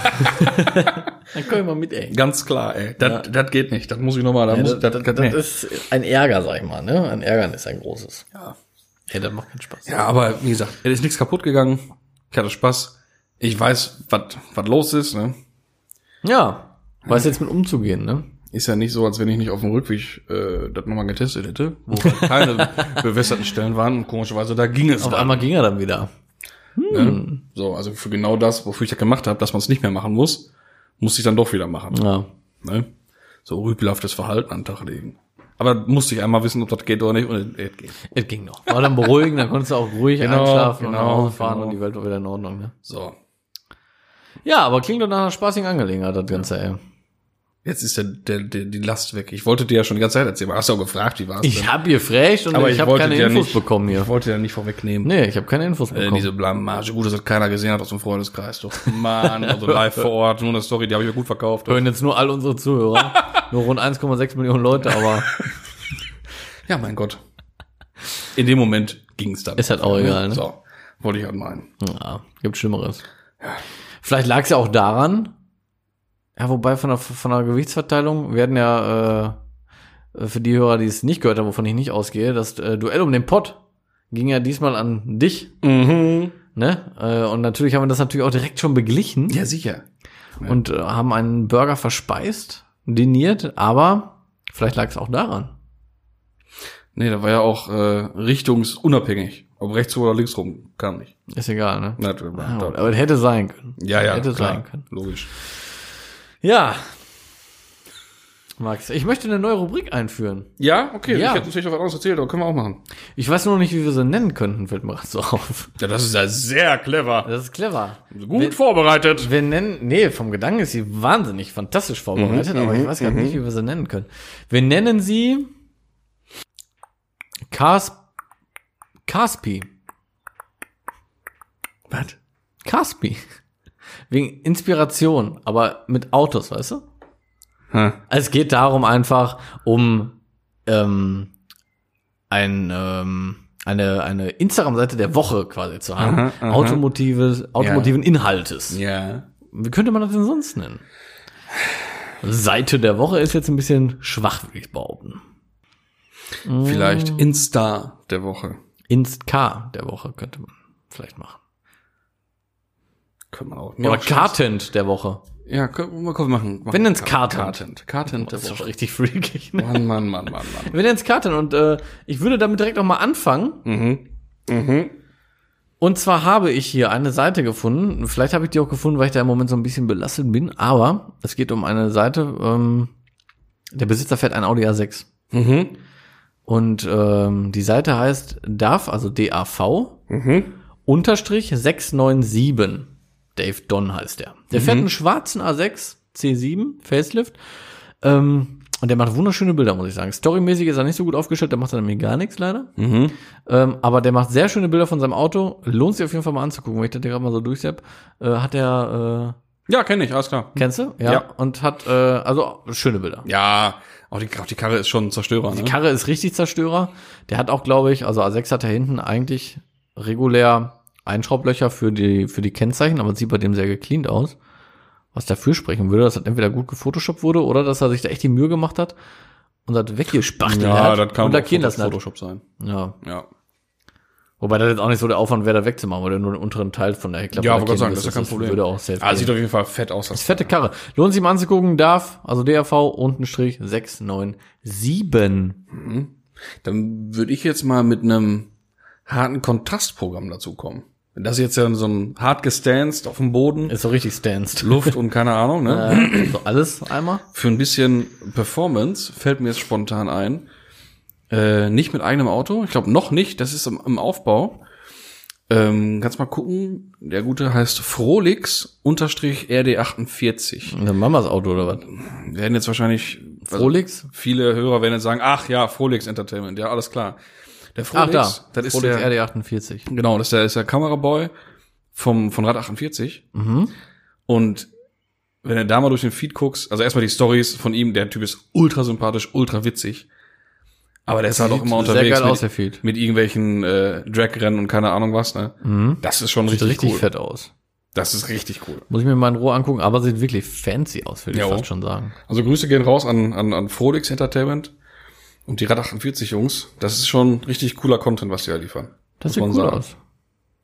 S2: dann komm ich mal mit, ey.
S1: Ganz klar, ey. Das, das geht nicht. Das muss ich nochmal. Da muss, das, das, nee.
S2: ist ein Ärger, sag ich mal, ne? Ein Ärgernis, ein großes. Ja. Ey, das macht keinen Spaß.
S1: Ja, aber wie gesagt, es ist nichts kaputt gegangen. Ich hatte Spaß. Ich weiß, was was los ist, ne?
S2: Ja. Weiß jetzt mit umzugehen, ne?
S1: Ist ja nicht so, als wenn ich nicht auf dem Rückweg äh, das nochmal getestet hätte, wo halt keine bewässerten Stellen waren und komischerweise da ging es
S2: Auf
S1: dann.
S2: einmal ging er dann wieder. mm.
S1: Ne? So, also für genau das, wofür ich das gemacht habe, dass man es nicht mehr machen muss, musste ich dann doch wieder machen.
S2: Ja.
S1: Ne? So rüpelhaftes Verhalten an den Tag legen. Aber musste ich einmal wissen, ob das geht oder nicht und es geht.
S2: Es ging noch. War dann beruhigend, dann konntest du auch ruhig
S1: Genau,
S2: einschlafen und nach
S1: genau,
S2: Hause fahren
S1: genau.
S2: und die Welt war wieder in Ordnung. Ne?
S1: So,
S2: Ja, aber klingt doch nach einer spaßigen Angelegenheit, das Ganze, ey.
S1: jetzt ist der, der, der, die Last weg. Ich wollte dir ja schon die ganze Zeit erzählen, aber hast du auch gefragt, wie war's
S2: Ich hab gefragt und
S1: Aber
S2: ich,
S1: ich
S2: hab habe
S1: wollte
S2: keine
S1: dir
S2: Infos
S1: nicht-
S2: bekommen hier.
S1: Ich wollte ja nicht vorwegnehmen.
S2: Nee, ich habe keine Infos
S1: Äh,
S2: bekommen.
S1: diese Blamage. Gut, dass das keiner gesehen hat aus dem Freundeskreis. Doch, Mann, also live vor Ort, nur eine Story, die habe ich mir gut verkauft.
S2: Hören jetzt nur all unsere Zuhörer. nur rund 1,6 Millionen Leute, aber
S1: Ja, mein Gott. In dem Moment ging's dann.
S2: Ist halt auch egal, ne?
S1: So, wollte ich halt meinen.
S2: ja, gibt Schlimmeres. Vielleicht lag es ja auch daran, ja, wobei von der, von der Gewichtsverteilung werden ja äh, für die Hörer, die es nicht gehört haben, wovon ich nicht ausgehe, das äh, Duell um den Pott ging ja diesmal an dich,
S1: Mhm.
S2: ne? Äh, und natürlich haben wir das natürlich auch direkt schon beglichen.
S1: Ja, sicher.
S2: und und äh, haben einen Burger verspeist, diniert, aber vielleicht lag es auch daran.
S1: Nee, da war ja auch äh, richtungsunabhängig. Ob rechts rum oder links rum, kam nicht.
S2: Ist egal, ne?
S1: Na, da- da-
S2: Ah, aber es hätte sein können.
S1: ja, ja,
S2: Hätte
S1: klar,
S2: sein können.
S1: Logisch.
S2: Ja. Max, ich möchte eine neue Rubrik einführen.
S1: Ja, okay,
S2: Ja.
S1: ich hätte natürlich noch was anderes erzählt, aber können wir auch machen.
S2: Ich weiß nur noch nicht, wie wir sie nennen könnten, fällt mir gerade so auf.
S1: Ja, das ist ja sehr clever.
S2: Das ist clever.
S1: Gut vorbereitet.
S2: Äh, Wir nennen, nee, vom Gedanken ist sie wahnsinnig fantastisch vorbereitet,
S1: Mhm,
S2: aber ich weiß gerade nicht, wie wir sie nennen können. Wir nennen sie Cas Caspi. Was? Caspi. Wegen Inspiration, aber mit Autos, weißt du?
S1: Ha.
S2: Also es geht darum einfach um ähm, ein, ähm, eine, eine Instagram-Seite der Woche quasi zu haben.
S1: Aha, aha.
S2: Automotives, automotiven Inhaltes.
S1: Ja.
S2: Wie könnte man das denn sonst nennen? Seite der Woche ist jetzt ein bisschen schwach, würde ich behaupten. Mhm.
S1: Vielleicht Insta der Woche.
S2: Inst-K der Woche könnte man vielleicht machen.
S1: Können wir auch.
S2: Oder
S1: Karten.
S2: Cartent der Woche.
S1: Ja, können wir können wir machen. machen.
S2: Wenn nennt's Karten.
S1: Kartent. Kartent der
S2: Das ist doch
S1: Woche.
S2: richtig freakig. Ne?
S1: Mann, Mann, Mann, Mann, Mann.
S2: Wir nennen es Cartent und äh, ich würde damit direkt auch mal anfangen.
S1: Mhm. Mhm.
S2: Und zwar habe ich hier eine Seite gefunden. Vielleicht habe ich die auch gefunden, weil ich da im Moment so ein bisschen belastet bin. Aber es geht um eine Seite. Ähm, der Besitzer fährt ein Audi A6.
S1: Mhm.
S2: Und ähm, die Seite heißt DAV, also DAV,
S1: Mhm.
S2: unterstrich 697. Dave Don heißt der. Der fährt
S1: Mhm.
S2: einen schwarzen A6 C7 Facelift. Ähm, und der macht wunderschöne Bilder, muss ich sagen. Storymäßig ist er nicht so gut aufgestellt, der macht dann nämlich gar nichts leider.
S1: Mhm.
S2: Ähm, aber der macht sehr schöne Bilder von seinem Auto. Lohnt sich auf jeden Fall mal anzugucken. Wenn ich das hier gerade mal so durchsepp, äh, hat er,
S1: Ja, kenne ich, alles klar.
S2: äh, kennst du? Ja.
S1: Ja.
S2: Und hat, äh, also schöne Bilder.
S1: Ja, auch die, auch die Karre ist schon ein Zerstörer.
S2: Die
S1: Ne?
S2: Karre ist richtig Zerstörer. Der hat auch, glaube ich, also A6 hat er hinten eigentlich regulär Einschraublöcher für die, für die Kennzeichen, aber sieht bei dem sehr gecleant aus. Was dafür sprechen würde, dass das entweder gut gefotoshoppt wurde oder dass er sich da echt die Mühe gemacht hat und das weggespachtelt
S1: Ja,
S2: hat
S1: das kann
S2: und lackieren lassen hat.
S1: Photoshop sein.
S2: Ja.
S1: Ja.
S2: Wobei das jetzt auch nicht so der Aufwand wäre, da wegzumachen, weil du nur den unteren Teil von der Heckklappe
S1: Ja, wollte gerade sagen,
S2: lackieren
S1: das ist ja
S2: müsstest.
S1: kein Problem.
S2: Würde auch safe
S1: Ah, sieht
S2: gehen.
S1: auf jeden Fall fett aus. Das
S2: ist fette Karre. Lohnt sich mal anzugucken, darf, also DRV, unten Strich 697.
S1: Dann würde ich jetzt mal mit einem harten Kontrastprogramm dazukommen. Das ist jetzt ja so ein hart gestanzt auf dem Boden,
S2: Ist so richtig stanced.
S1: Luft und keine Ahnung, ne?
S2: Äh, so alles einmal.
S1: Für ein bisschen Performance fällt mir jetzt spontan ein. Äh, nicht mit eigenem Auto. Ich glaube noch nicht, das ist im, im Aufbau. Ähm, kannst mal gucken. Der gute heißt Frolix-RD48.
S2: Und dann Mamas Auto oder was?
S1: Werden jetzt wahrscheinlich also
S2: Frolix?
S1: viele Hörer werden jetzt sagen, ach ja, Frolix Entertainment, ja, alles klar. Der
S2: Ach
S1: Frolix,
S2: da,
S1: das ist
S2: Frolix
S1: der,
S2: RD48.
S1: Genau, das ist der, ist der Kameraboy vom, von Rad 48.
S2: Mhm.
S1: Und wenn du da mal durch den Feed guckst, also erstmal die Stories von ihm, der Typ ist ultra sympathisch, ultra witzig. Aber der ist halt auch immer
S2: Sieht sehr
S1: unterwegs
S2: geil aus, der
S1: mit,
S2: Feed.
S1: mit irgendwelchen äh, Drag-Rennen und keine Ahnung was. Ne?
S2: Mhm.
S1: Das ist schon
S2: Sieht
S1: richtig,
S2: richtig
S1: cool.
S2: fett aus.
S1: Das ist richtig cool.
S2: Muss ich mir mal in Ruhe angucken, aber sieht wirklich fancy aus, würde ich
S1: Jo.
S2: fast schon sagen.
S1: Also Grüße gehen raus an, an, an Frolix Entertainment und die Rad 48 Jungs. Das ist schon richtig cooler Content, was die da liefern.
S2: Das
S1: Muss
S2: sieht
S1: man
S2: cool
S1: sagen.
S2: aus.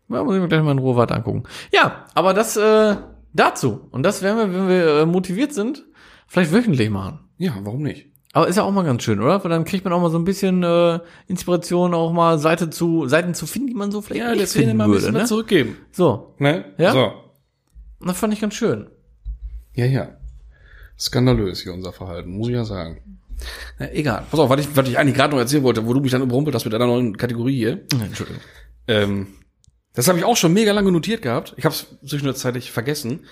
S2: Ja, muss ich mir gleich mal in Ruhe weiter angucken. Ja, aber das äh, dazu. Und das werden wir, wenn wir äh, motiviert sind, vielleicht wöchentlich machen.
S1: Ja, warum nicht?
S2: Aber ist ja auch mal ganz schön, oder? Weil dann kriegt man auch mal so ein bisschen äh, Inspiration, auch mal Seite zu, Seiten zu finden, die man so vielleicht nicht finden würde. Ne?
S1: zurückgeben.
S2: So,
S1: Ne?
S2: Ja?
S1: So.
S2: das fand ich ganz schön.
S1: Ja, ja. Skandalös hier unser Verhalten, muss ich ja sagen. Na, egal. Pass auf, was ich, was ich eigentlich gerade noch erzählen wollte, wo du mich dann überrumpelt hast mit deiner neuen Kategorie hier.
S2: Entschuldigung.
S1: Ähm, das habe ich auch schon mega lange notiert gehabt. Ich habe es zwischenzeitlich vergessen,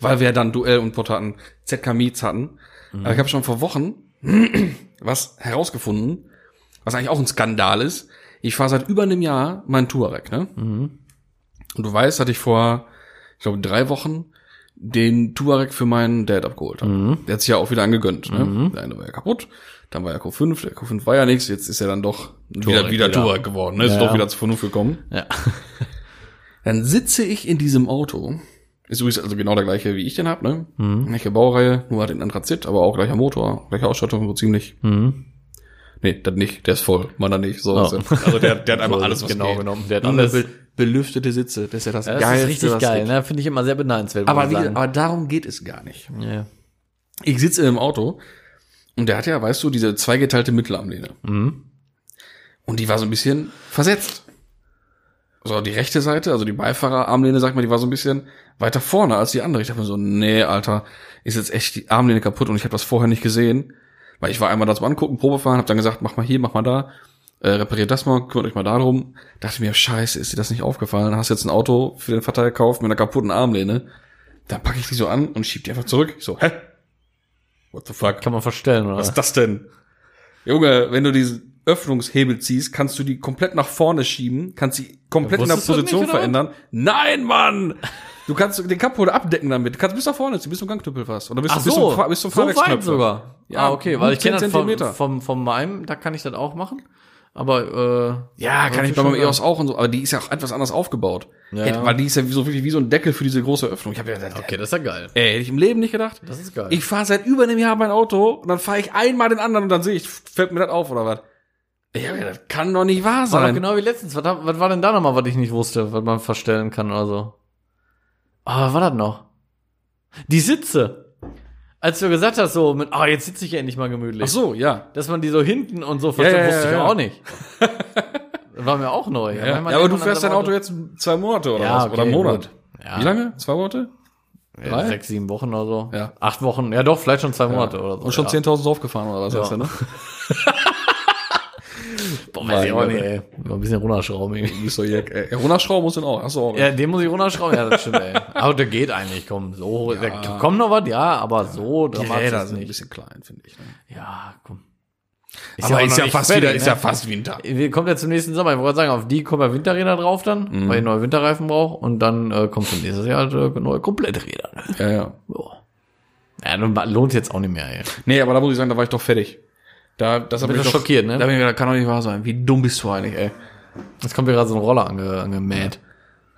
S1: weil wir dann Duell und Pott hatten, ZK Meets hatten. Aber ich habe schon vor Wochen was herausgefunden, was eigentlich auch ein Skandal ist. Ich fahre seit über einem Jahr meinen Touareg, ne? Und du weißt, hatte ich vor, ich glaube, drei Wochen den Touareg für meinen Dad abgeholt. habe. Der hat sich ja auch wieder angegönnt. Ne? Der eine war ja kaputt, dann war der Q5, der Q5 war ja nichts, jetzt ist er dann doch wieder,
S2: Touareg
S1: wieder
S2: wieder.
S1: Touareg geworden. Ne? Ist
S2: Ja,
S1: doch
S2: ja.
S1: wieder zur Vernunft gekommen.
S2: Ja.
S1: Dann sitze ich in diesem Auto. Ist übrigens also genau der gleiche, wie ich den hab, ne?
S2: Mhm.
S1: halt Gleiche Baureihe, nur hat den Anthrazit, aber auch gleicher Motor, gleiche Ausstattung, so ziemlich.
S2: Mhm.
S1: Nee, das nicht. Der ist voll. Meiner nicht. So.
S2: Oh.
S1: Also der, der hat einmal
S2: So,
S1: alles, was
S2: genau
S1: geht.
S2: genommen. Der hat
S1: Nur
S2: alles.
S1: be- belüftete Sitze. Das ist ja das,
S2: Ja, das
S1: Geilste,
S2: ist richtig
S1: was
S2: geil,
S1: geht.
S2: ne? Finde ich immer sehr beneidenswert. muss
S1: Aber,
S2: ich
S1: wie,
S2: sagen.
S1: aber darum geht es gar nicht.
S2: ja, ja.
S1: Ich sitze in einem Auto und der hat ja, weißt du, diese zweigeteilte Mittelarmlehne.
S2: Mhm.
S1: Und die war so ein bisschen versetzt. So, die rechte Seite, also die Beifahrerarmlehne, sag mal, die war so ein bisschen weiter vorne als die andere. Ich dachte mir so, nee, Alter, ist jetzt echt die Armlehne kaputt und ich habe das vorher nicht gesehen. Weil ich war einmal dazu angucken, Probe fahren, hab dann gesagt, mach mal hier, mach mal da, äh, repariert das mal, kümmert euch mal darum. Dachte mir, scheiße, ist dir das nicht aufgefallen? Hast jetzt ein Auto für den Vater gekauft mit einer kaputten Armlehne. Dann packe ich die so an und schieb die einfach zurück. Ich so, hä? What the fuck?
S2: Kann man verstellen, oder?
S1: Was ist das denn? Junge, wenn du diesen Öffnungshebel ziehst, kannst du die komplett nach vorne schieben, kannst sie komplett
S2: Ja,
S1: in der
S2: wusstest du das
S1: Position
S2: nicht, oder?
S1: verändern. Nein, Mann! Du kannst den Kappholer abdecken damit. Du kannst bis nach vorne ziehen, bis zum Gangknüppel fast. Oder bis,
S2: Ach
S1: bis
S2: so,
S1: zum, Fahr- bis zum
S2: so weit
S1: Fahrwerksknöpfe.
S2: sogar.
S1: Ja,
S2: ah, okay, weil ich
S1: 10
S2: kenne das vom,
S1: Zentimeter.
S2: vom, vom meinem, da kann ich das auch machen. Aber, äh,
S1: Ja, kann ich bei meinem
S2: schon
S1: EOS auch und so. Aber die ist ja auch etwas anders aufgebaut.
S2: Ja.
S1: Hätte- Weil die ist ja wie so, wirklich wie so ein Deckel für diese große Öffnung. Ich hab ja gedacht,
S2: Okay, das ist ja geil.
S1: ey, hätte ich im Leben nicht gedacht.
S2: Das ist geil.
S1: Ich fahre seit über einem Jahr mein Auto und dann fahre ich einmal den anderen und dann sehe ich, fällt mir das auf oder was? Ja, das kann doch nicht wahr
S2: war
S1: sein.
S2: doch genau wie letztens. Was, hab- was war denn da nochmal, was ich nicht wusste, was man verstellen kann oder so? Ah, was war das noch? Die Sitze. Als du gesagt hast, so mit, ah, jetzt sitze ich endlich mal gemütlich.
S1: Ach so, ja.
S2: Dass man die so hinten und so verstellt,
S1: ja,
S2: wusste ich
S1: ja, ja.
S2: auch nicht. Das war mir auch neu.
S1: Ja,
S2: manchmal
S1: aber
S2: denkt
S1: du
S2: man
S1: fährst
S2: an
S1: dein
S2: so
S1: Auto jetzt zwei Monate oder
S2: Ja,
S1: was?
S2: okay,
S1: oder einen Monat.
S2: gut. Ja.
S1: Wie lange? Zwei Monate?
S2: Ja,
S1: Drei?
S2: sechs, sieben Wochen oder so.
S1: Ja.
S2: Acht Wochen, ja doch, vielleicht schon zwei Monate oder so.
S1: Und schon
S2: ja.
S1: 10.000 draufgefahren oder was?
S2: Ja.
S1: Heißt ja, ne?
S2: Boah, weiß ich auch
S1: Mann,
S2: nicht, ey. Mal ein bisschen runterschrauben. irgendwie.
S1: Nicht so Jack, ey. Runterschrauben muss den auch. Hast du auch.
S2: Ja, den muss ich runterschrauben, ja, das stimmt, ey. Aber der geht eigentlich, komm, so, da kommt noch was, ja, aber so
S1: die
S2: dramatisch
S1: Räder
S2: ist
S1: sind ein
S2: nicht.
S1: bisschen klein, finde ich. Ne?
S2: Ja, komm.
S1: Aber
S2: auch
S1: ist
S2: noch
S1: ja
S2: nicht
S1: fast
S2: fertig,
S1: wieder, ist ja
S2: ne?
S1: fast Winter.
S2: Wir- Kommt ja zum nächsten Sommer, ich wollte gerade sagen, auf die kommen ja Winterräder drauf dann, weil ich neue Winterreifen brauche und dann äh, kommt zum nächsten Jahr äh, neue Kompletträder. ne?
S1: Ja, ja.
S2: So. Ja, dann lohnt jetzt auch nicht mehr, ey.
S1: Nee, aber da muss ich sagen, da war ich doch fertig. Da, das hat
S2: Bin
S1: mich
S2: doch
S1: doch,
S2: schockiert, ne?
S1: Da bin ich, gedacht, kann doch nicht wahr sein. Wie dumm bist du eigentlich, ey?
S2: Jetzt kommt hier gerade so ein Roller ange, angemäht.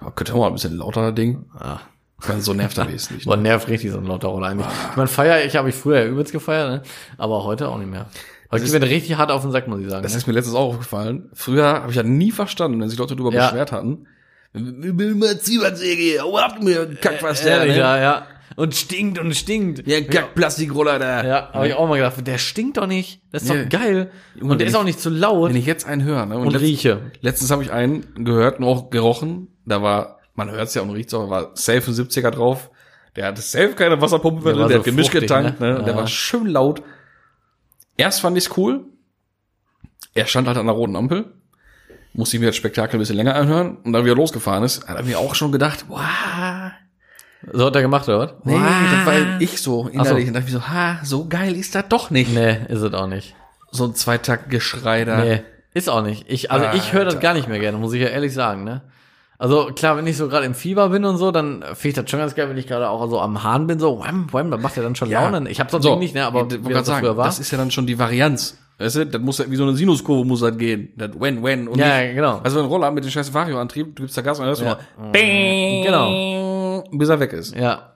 S1: Oh, könnte auch mal ein bisschen lauter das Ding.
S2: Ah.
S1: Weil so nervt er wesentlich.
S2: Boah, nervt richtig so ein lauter Roller eigentlich.
S1: Ah.
S2: Ich meine, Feier, ich habe ich früher ja übelst gefeiert, ne? aber heute auch nicht mehr. Heute geht mir richtig hart auf den Sack, muss ich sagen.
S1: Das
S2: ne?
S1: ist mir letztens auch aufgefallen. Früher habe ich ja nie verstanden, wenn sich Leute darüber
S2: Ja.
S1: beschwert hatten. Wir will mal Zwiebelsäge, hau ab mir Kack was
S2: ja,
S1: der, ne?
S2: ja, ja. Und stinkt und stinkt.
S1: Ja, Kack Plastikroller da.
S2: Ja, habe ich auch mal gedacht, der stinkt doch nicht. Das ist
S1: Nee.
S2: doch geil.
S1: Junge,
S2: Und
S1: wenn
S2: der ist
S1: ich-
S2: auch nicht zu laut.
S1: Wenn ich jetzt einen höre, ne?
S2: und
S1: letzt-
S2: rieche.
S1: Letztens habe ich einen gehört und auch gerochen. Da war, man hört es ja und riecht es auch, war safe ein 70er drauf. Der hatte safe keine Wasserpumpe mehr
S2: Der
S1: drin,
S2: war
S1: der
S2: so
S1: hat Gemisch
S2: fruchtig,
S1: getankt,
S2: ne?
S1: ne? Und der
S2: Ja.
S1: war schön laut. Erst fand ich's cool. Er stand halt an der roten Ampel. Musste ich mir das Spektakel ein bisschen länger anhören. Und dann, wie er losgefahren ist, hat er mir auch schon gedacht, wow,
S2: So hat er gemacht, oder was?
S1: nee, das war ich so innerlich.
S2: so.
S1: Und dachte ich so, ha, so geil ist das doch nicht.
S2: Nee, ist es auch nicht.
S1: So ein Zweitakt-Geschrei da.
S2: Nee, ist auch nicht. Ich, also ich höre das gar nicht mehr gerne, muss ich ja ehrlich sagen, ne? Also klar, wenn ich so gerade im Fieber bin und so, dann äh, finde ich das schon ganz geil, wenn ich gerade auch so am Hahn bin, so wham, wham, dann macht er dann schon Laune. Ich habe sonst
S1: so,
S2: nicht, ne? Aber
S1: ich,
S2: wie
S1: wollte grad
S2: das
S1: sagen,
S2: früher war.
S1: das ist ja dann schon die Varianz. Weißt du, das muss ja wie so eine Sinuskurve muss das gehen. Das when, when und
S2: Ja,
S1: nicht.
S2: ja, genau.
S1: Also ein Roller mit dem scheiß Vario-Antrieb, du gibst da Gas und dann hörst du
S2: Ja.
S1: mal Bing,
S2: Genau.
S1: bis er weg ist.
S2: ja,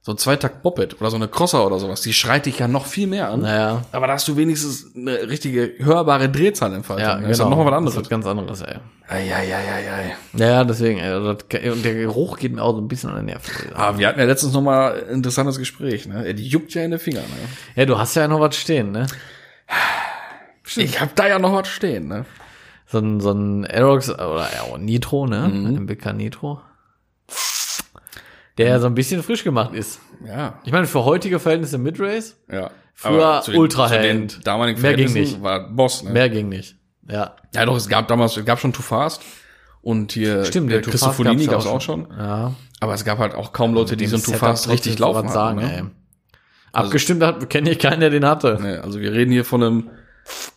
S1: So ein Zweitakt-Boppet oder so eine Crosser oder sowas, die schreit dich ja noch viel mehr an.
S2: naja.
S1: Aber da hast du wenigstens eine richtige hörbare Drehzahlentfaltung.
S2: Ja,
S1: Das
S2: genau.
S1: ist dann nochmal was anderes.
S2: Das ist was ganz anderes, ey.
S1: Eieieiei.
S2: Ja, ja, deswegen, ey, also das, kann- und der Geruch geht mir auch so ein bisschen an den Nerv.
S1: Aber Ah, wir hatten ja letztens nochmal ein interessantes Gespräch, ne? Die juckt ja in den Fingern, ne?
S2: Ja, du hast ja noch was stehen, ne?
S1: Ich hab da ja noch was stehen, ne?
S2: So ein, so ein Aerox oder ja, Nitro, ne? Ein BK Nitro. Der ja so ein bisschen frisch gemacht ist.
S1: Ja.
S2: Ich meine, für heutige Verhältnisse Midrace,
S1: Ja.
S2: Früher
S1: Aber zu den-
S2: Ultraheld.
S1: zu den damaligen
S2: Mehr ging
S1: Verhältnissen
S2: nicht.
S1: War Boss, ne?
S2: mehr ging nicht. Ja.
S1: Ja, doch, es gab damals, es gab schon Too Fast. Und hier der
S2: Too Fast
S1: Christofolini gab
S2: gab's
S1: es auch schon.
S2: Ja.
S1: Aber es gab halt auch kaum Leute, die so ein Too
S2: Setup
S1: Fast
S2: trotzdem
S1: richtig
S2: so was
S1: laufen hatten.
S2: sagen,
S1: ne?
S2: ey. Abgestimmt hat, kenne ich keinen, der den hatte.
S1: Nee, also wir reden hier von einem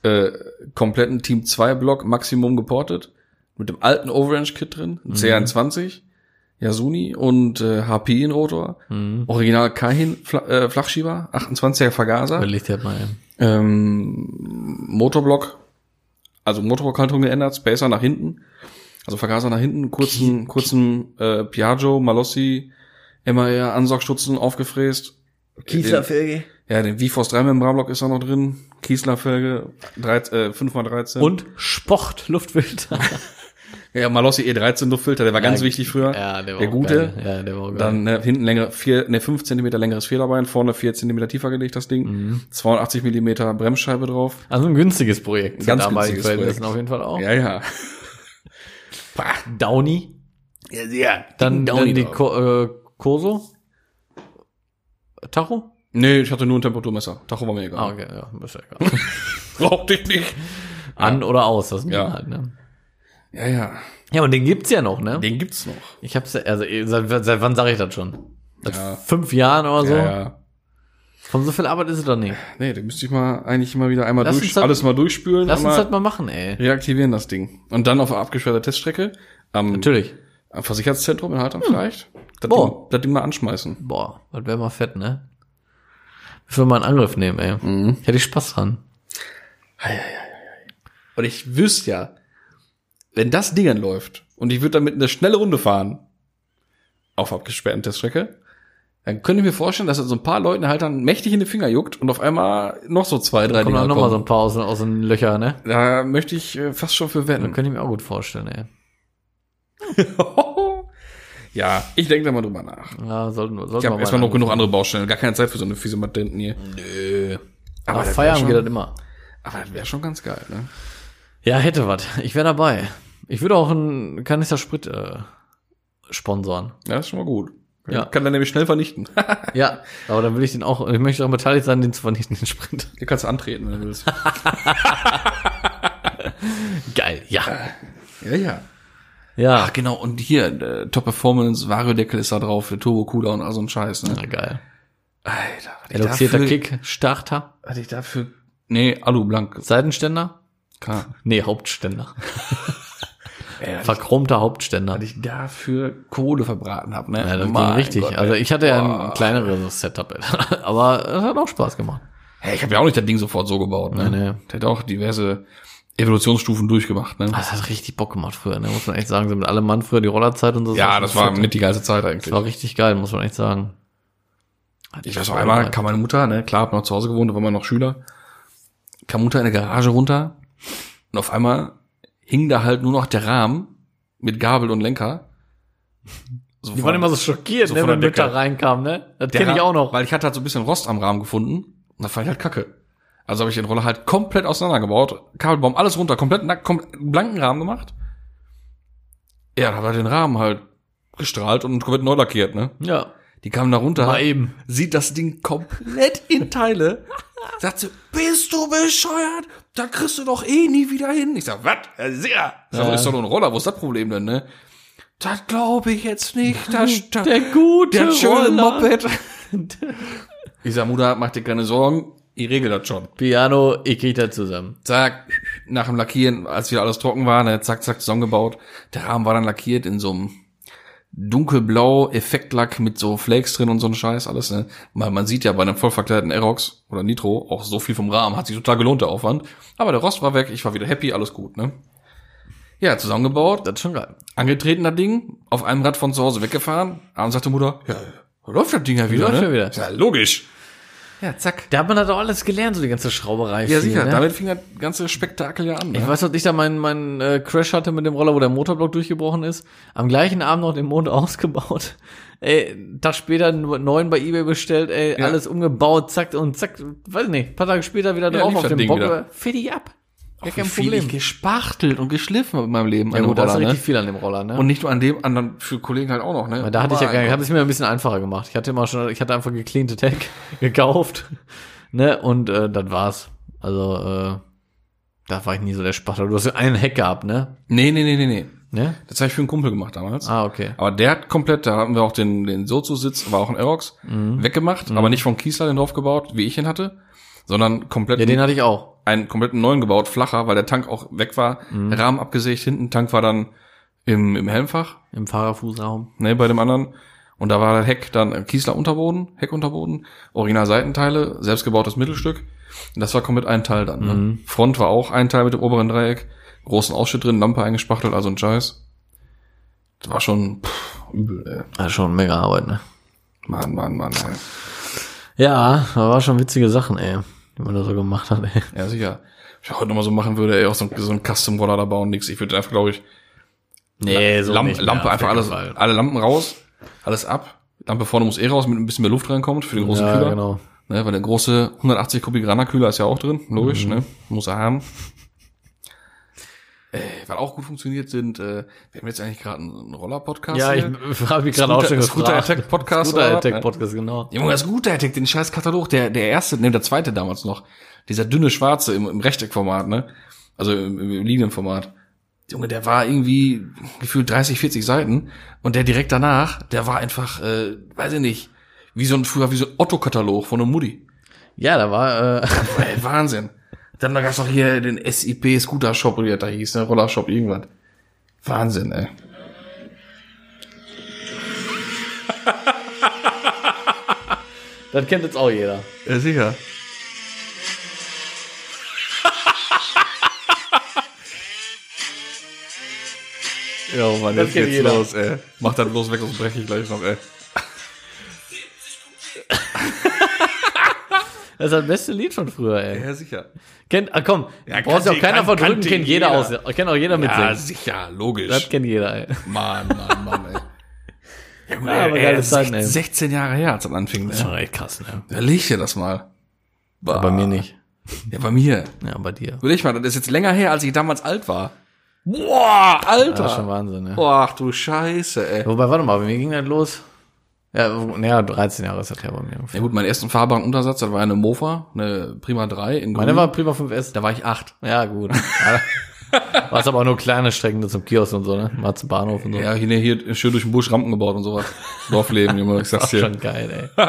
S1: äh, kompletten Team 2-Block, Maximum geportet, mit dem alten Overrange-Kit drin,
S2: Mhm.
S1: ein C21, Yasuni und äh, HP in Rotor,
S2: Mhm.
S1: Original Kahin Fla äh, Flachschieber, 28er Vergaser.
S2: Überleg dir halt mal, ey.
S1: ähm, Motorblock, also Motorhalterung geändert, Spacer nach hinten, also Vergaser nach hinten, kurzen, kurzen äh, Piaggio, Malossi, MAR, Ansaugstutzen aufgefräst. Kieferfelge. Ja, den V-Force 3 Membranblock ist auch noch drin. Kiesler Felge, 13, äh, 5x13.
S2: Und Sport Luftfilter.
S1: Ja, Malossi E13 Luftfilter, der war ganz
S2: Ja,
S1: wichtig früher. der
S2: auch
S1: gute.
S2: geil. Ja, der war auch geil.
S1: Dann ne, hinten länger, vier, ne, 5 cm längeres Federbein, vorne 4 cm tiefer gelegt, das Ding.
S2: Mhm.
S1: 280 mm Bremsscheibe drauf.
S2: also ein günstiges Projekt. zu
S1: Ganz
S2: damaligen
S1: günstiges
S2: Verhältnissen
S1: Projekt.
S2: auf jeden Fall auch.
S1: Ja, ja.
S2: Downy.
S1: Ja, ja.
S2: Dann,
S1: Downy
S2: dann die
S1: drauf.
S2: Ko äh, Koso. Tacho?
S1: Nee, ich hatte nur ein Temperaturmesser. Tacho war mir egal.
S2: Ah, okay, ja, ist ja egal.
S1: Brauchte ich nicht.
S2: An oder aus, das ja.
S1: Ja.
S2: halt, ne?
S1: Ja, ja.
S2: Ja, und den gibt's ja noch, ne?
S1: Den gibt's noch.
S2: Ich hab's ja, also eh, seit, seit wann sage ich das schon? Seit
S1: Ja.
S2: fünf Jahren oder so?
S1: Ja, ja.
S2: Von so viel Arbeit ist es doch nicht.
S1: Nee, den müsste ich mal eigentlich mal wieder einmal
S2: Lass uns
S1: durch,
S2: das-
S1: alles mal durchspülen.
S2: Lass
S1: einmal
S2: uns das mal machen, ey.
S1: reaktivieren, das Ding. Und dann auf eine abgesperrte Teststrecke am,
S2: Natürlich.
S1: am Versicherungszentrum in Hartam vielleicht. Das
S2: Boah.
S1: Ding, das Ding mal anschmeißen.
S2: Boah, das wäre mal fett, ne? Ich will mal einen Angriff nehmen, ey.
S1: Mhm.
S2: Hätte ich Spaß dran.
S1: Und ich wüsste ja, wenn das Ding dann läuft und ich würde damit eine schnelle Runde fahren, auf abgesperrten Teststrecke, dann könnte ich mir vorstellen, dass das so ein paar Leuten halt dann mächtig in die Finger juckt und auf einmal noch so zwei, drei
S2: Kommen
S1: Dinger
S2: dann
S1: kommen.
S2: nochmal so ein paar aus, aus den Löchern, ne?
S1: da möchte ich äh, fast schon für
S2: Das
S1: wetten.
S2: könnte ich mir auch gut vorstellen, ey.
S1: ja, ich denke da mal drüber nach.
S2: Ja, sollten, sollten
S1: Ich habe
S2: mal
S1: erstmal noch
S2: einen
S1: genug andere Baustellen, gar keine Zeit für so eine fiese Matenten hier. Nö. Aber
S2: Aber
S1: das wär
S2: Feierabend
S1: schon,
S2: geht das immer.
S1: aber das wäre schon ganz geil, ne?
S2: Ja, hätte was. Ich wäre dabei. Ich würde auch einen Kanister Sprit äh, sponsoren.
S1: Ja, ist schon mal gut.
S2: Ja.
S1: Kann dann nämlich schnell vernichten.
S2: Ja, aber dann will ich den auch, ich möchte auch beteiligt sein, den zu vernichten, den Sprit.
S1: Du kannst antreten, wenn du willst.
S2: Geil, ja.
S1: ja, ja.
S2: Ja,
S1: Ach genau, und hier, äh, Top Performance, Vario-Deckel ist da drauf, der Turbo-Cooler und all so ein Scheiß, ne?
S2: ja geil.
S1: Alter, was
S2: Eloxierter Kick, Starter,
S1: Was ich dafür... Nee, Alu-Blank.
S2: Seitenständer?
S1: Klar.
S2: Nee, Hauptständer.
S1: Ey, was
S2: Verchromter Hauptständer.
S1: was ich dafür Kohle verbraten hab ne?
S2: Ja, das ging
S1: Mein
S2: richtig.
S1: Gott,
S2: also
S1: ey.
S2: ich hatte ja ein
S1: Boah.
S2: kleineres Setup, ey. aber es hat auch Spaß gemacht.
S1: Hey, ich habe ja auch nicht das Ding sofort so gebaut, ne?
S2: Nee, nee.
S1: Der hat auch diverse Evolutionsstufen durchgemacht, ne?
S2: Ah, Das hat richtig Bock gemacht früher, ne? muss man echt sagen. So mit allem Mann früher die Rollerzeit und so.
S1: ja, das war mit die ganze Zeit
S2: Das
S1: eigentlich.
S2: war richtig geil, muss man echt sagen. Hat
S1: Ich
S2: echt
S1: weiß noch
S2: Spaß
S1: einmal,
S2: gemacht.
S1: kam meine Mutter, ne, klar, hab noch zu Hause gewohnt, da war man noch Schüler, kam Mutter in der Garage runter und auf einmal hing da halt nur noch der Rahmen mit Gabel und Lenker. So
S2: Die
S1: von-
S2: waren immer so schockiert,
S1: so
S2: ne,
S1: von der
S2: wenn Mütter
S1: Decke.
S2: reinkam, ne? Das
S1: der
S2: kenne ich
S1: Ra-
S2: auch noch.
S1: Weil ich hatte halt so ein bisschen Rost am Rahmen gefunden und da fand ich halt kacke. Also habe ich den Roller halt komplett auseinandergebaut, Kabelbaum, alles runter, komplett nackt, kom blanken Rahmen gemacht. Ja, da hat er den Rahmen halt gestrahlt und komplett neu lackiert, ne?
S2: Ja,
S1: Die kamen da runter.
S2: mal eben.
S1: sieht das Ding komplett in Teile. Sagt sie, bist du bescheuert? Da kriegst du doch eh nie wieder hin. Ich sag, was? Ja, sicher. Ich sag,
S2: Ja.
S1: ist doch nur ein Roller, wo ist das Problem denn, ne? Das glaube ich jetzt nicht. Das, das,
S2: Der gute
S1: der schöne
S2: Roller.
S1: Moped. Ich sag, Mutter, mach dir keine Sorgen. Ich regel das schon.
S2: Piano, ich krieg das zusammen.
S1: Zack, nach dem Lackieren, als wieder alles trocken war, ne, zack, zack, zusammengebaut. Der Rahmen war dann lackiert in so einem dunkelblau Effektlack mit so Flakes drin und so ein Scheiß, alles, ne. Man, man sieht ja bei einem vollverkleideten Aerox oder Nitro auch so viel vom Rahmen, hat sich total gelohnt, der Aufwand. Aber der Rost war weg, ich war wieder happy, alles gut, ne. Ja, zusammengebaut,
S2: Das ist schon geil.
S1: angetreten das Ding, auf einem Rad von zu Hause weggefahren. Abends sagte Mutter, ja, läuft das Ding ja wieder,
S2: Läuft
S1: ne?
S2: ja wieder.
S1: Ja, logisch. Ja, zack.
S2: Da hat man das auch alles gelernt, so die ganze Schrauberei.
S1: Ja,
S2: viel,
S1: sicher,
S2: ne?
S1: damit fing das ganze Spektakel ja an. ne?
S2: Ich weiß, was ich da meinen meinen äh, Crash hatte mit dem Roller, wo der Motorblock durchgebrochen ist. Am gleichen Abend noch den Mond ausgebaut. Ey, einen Tag später einen neuen bei Ebay bestellt, ey,
S1: Ja.
S2: alles umgebaut, zack und zack, weiß nicht, ein paar Tage später wieder
S1: Ja,
S2: drauf
S1: lief
S2: auf
S1: das
S2: dem
S1: Ding
S2: Bock,
S1: wieder.
S2: aber fertig ab. Gar
S1: Wie
S2: kein
S1: viel
S2: Problem.
S1: ich gespachtelt und geschliffen habe in meinem Leben. an
S2: Ja
S1: dem
S2: gut, da hast du
S1: Roller,
S2: richtig
S1: ne?
S2: viel an dem Roller, ne?
S1: Und nicht nur an dem, anderen für Kollegen halt auch noch, ne?
S2: Weil da hatte ich ja gar
S1: Mein
S2: nicht,
S1: Gott.
S2: habe es mir ein bisschen einfacher gemacht. Ich hatte immer schon, ich hatte einfach gecleante Tag gekauft, ne? Und äh, das war's. Also äh, da war ich nie so der Spachter. Du hast ja einen Heck gehabt, ne?
S1: Nee, nee, nee, nee, nee.
S2: Ne?
S1: Das habe ich für einen Kumpel gemacht damals.
S2: Ah, okay.
S1: Aber der hat komplett, da hatten wir auch den, den Sozu-Sitz, war auch ein Aerox,
S2: Mhm.
S1: weggemacht, aber nicht von Kiesler den drauf gebaut, wie ich ihn hatte, sondern komplett
S2: Ja, den hatte ich auch.
S1: einen kompletten neuen gebaut, flacher, weil der Tank auch weg war,
S2: Mhm.
S1: Rahmen abgesägt, hinten Tank war dann im, im Helmfach,
S2: Im Fahrerfußraum.
S1: ne, bei dem anderen. Und da war der Heck dann äh, Kiesler Unterboden, Heckunterboden, original Seitenteile, selbstgebautes Mittelstück. Und das war komplett ein Teil dann. Ne?
S2: Mhm.
S1: Front war auch ein Teil mit dem oberen Dreieck, großen Ausschnitt drin, Lampe eingespachtelt, also ein Scheiß. Das war schon pff, übel, ey.
S2: Ja, schon mega Arbeit, ne?
S1: Mann, Mann, Mann. Ey.
S2: Ja, da war schon witzige Sachen, ey, die man da so gemacht hat, ey.
S1: Ja, sicher. Wenn ich heute nochmal so machen würde, ey, auch so, ein- so einen Custom-Roller da bauen, nix. Ich würde einfach, glaube ich,
S2: Nee,
S1: Lam
S2: nicht mehr,
S1: Lampe,
S2: auf
S1: einfach
S2: jeden
S1: alles,
S2: Fall.
S1: alle Lampen raus, alles ab. Lampe vorne muss eh raus, mit ein bisschen mehr Luft reinkommt für den großen
S2: Ja,
S1: Kühler.
S2: genau.
S1: Ne, weil der große 180 Kubik Rana Kühler ist ja auch drin, logisch,
S2: Mhm.
S1: ne? Muss er haben. Ey, was auch gut funktioniert sind, äh, wir haben jetzt eigentlich gerade einen Roller-Podcast.
S2: Ja, ich
S1: hier.
S2: habe mich gerade auch schon
S1: Scooter-
S2: gefragt.
S1: Scooter Attack Podcast
S2: Scooter
S1: oder was,
S2: Attack
S1: ne?
S2: Podcast, genau.
S1: Junge, das gute Attack, den scheiß Katalog, der, der erste, ne, der zweite damals noch. Dieser dünne schwarze im, im Rechteckformat, ne? Also im, im, im Linienformat. Junge, der war irgendwie gefühlt 30, 40 Seiten und der direkt danach, der war einfach, äh, weiß ich nicht, wie so ein früher wie so ein Otto-Katalog von einem Mutti.
S2: Ja, da war, äh,
S1: Ey, Wahnsinn. Dann da gab's noch hier den SIP Scooter Shop, oder wie das da hieß, ne? Rollershop, irgendwas. Wahnsinn, ey.
S2: das kennt jetzt auch jeder.
S1: Ja, sicher. ja, oh Mann,
S2: Das
S1: jetzt
S2: kennt
S1: geht's
S2: jeder.
S1: los, ey. Mach das bloß weg, sonst breche ich gleich noch, ey.
S2: Das ist das beste Lied von früher, ey.
S1: sicher.
S2: Kennt, ah, komm,
S1: Ja,
S2: brauchst ja auch
S1: kannte-
S2: keiner
S1: kan-
S2: verdrücken,
S1: kannte
S2: kennt jeder,
S1: jeder.
S2: aus, kennt auch jeder mit
S1: Ja,
S2: singen.
S1: sicher,
S2: Das
S1: logisch.
S2: kennt jeder, ey.
S1: Mann, Mann, Mann, ey. Ja, gut,
S2: Ja, aber
S1: ey,
S2: geile
S1: ey,
S2: Zeiten, ey.
S1: 16, 16 Jahre her, als das anfing. Ne?
S2: echt krass, ne?
S1: Überleg dir das mal. Bah.
S2: Bei mir nicht.
S1: Ja, bei mir.
S2: Ja, bei dir.
S1: Überleg mal, das ist jetzt länger her, als ich damals alt war. Boah, Alter.
S2: Das ist schon Wahnsinn, ja.
S1: Boah, ach du Scheiße, ey.
S2: Wobei, warte mal, bei mir ging das los. Ja, wo- naja, 13 Jahre ist das her bei mir.
S1: Ja gut, meinen ersten fahrbaren Untersatz, das war eine Mofa, eine Prima 3 in
S2: Meine
S1: Grün.
S2: war Prima 5S.
S1: da war ich acht.
S2: Ja, gut. War es aber auch nur kleine Strecken da zum Kiosk und so, ne? Mal zum Bahnhof und so.
S1: Ja, hier, hier schön durch den Busch Rampen gebaut und sowas. Dorfleben, Junge, ich sag's
S2: Auch
S1: dir.
S2: schon geil, ey.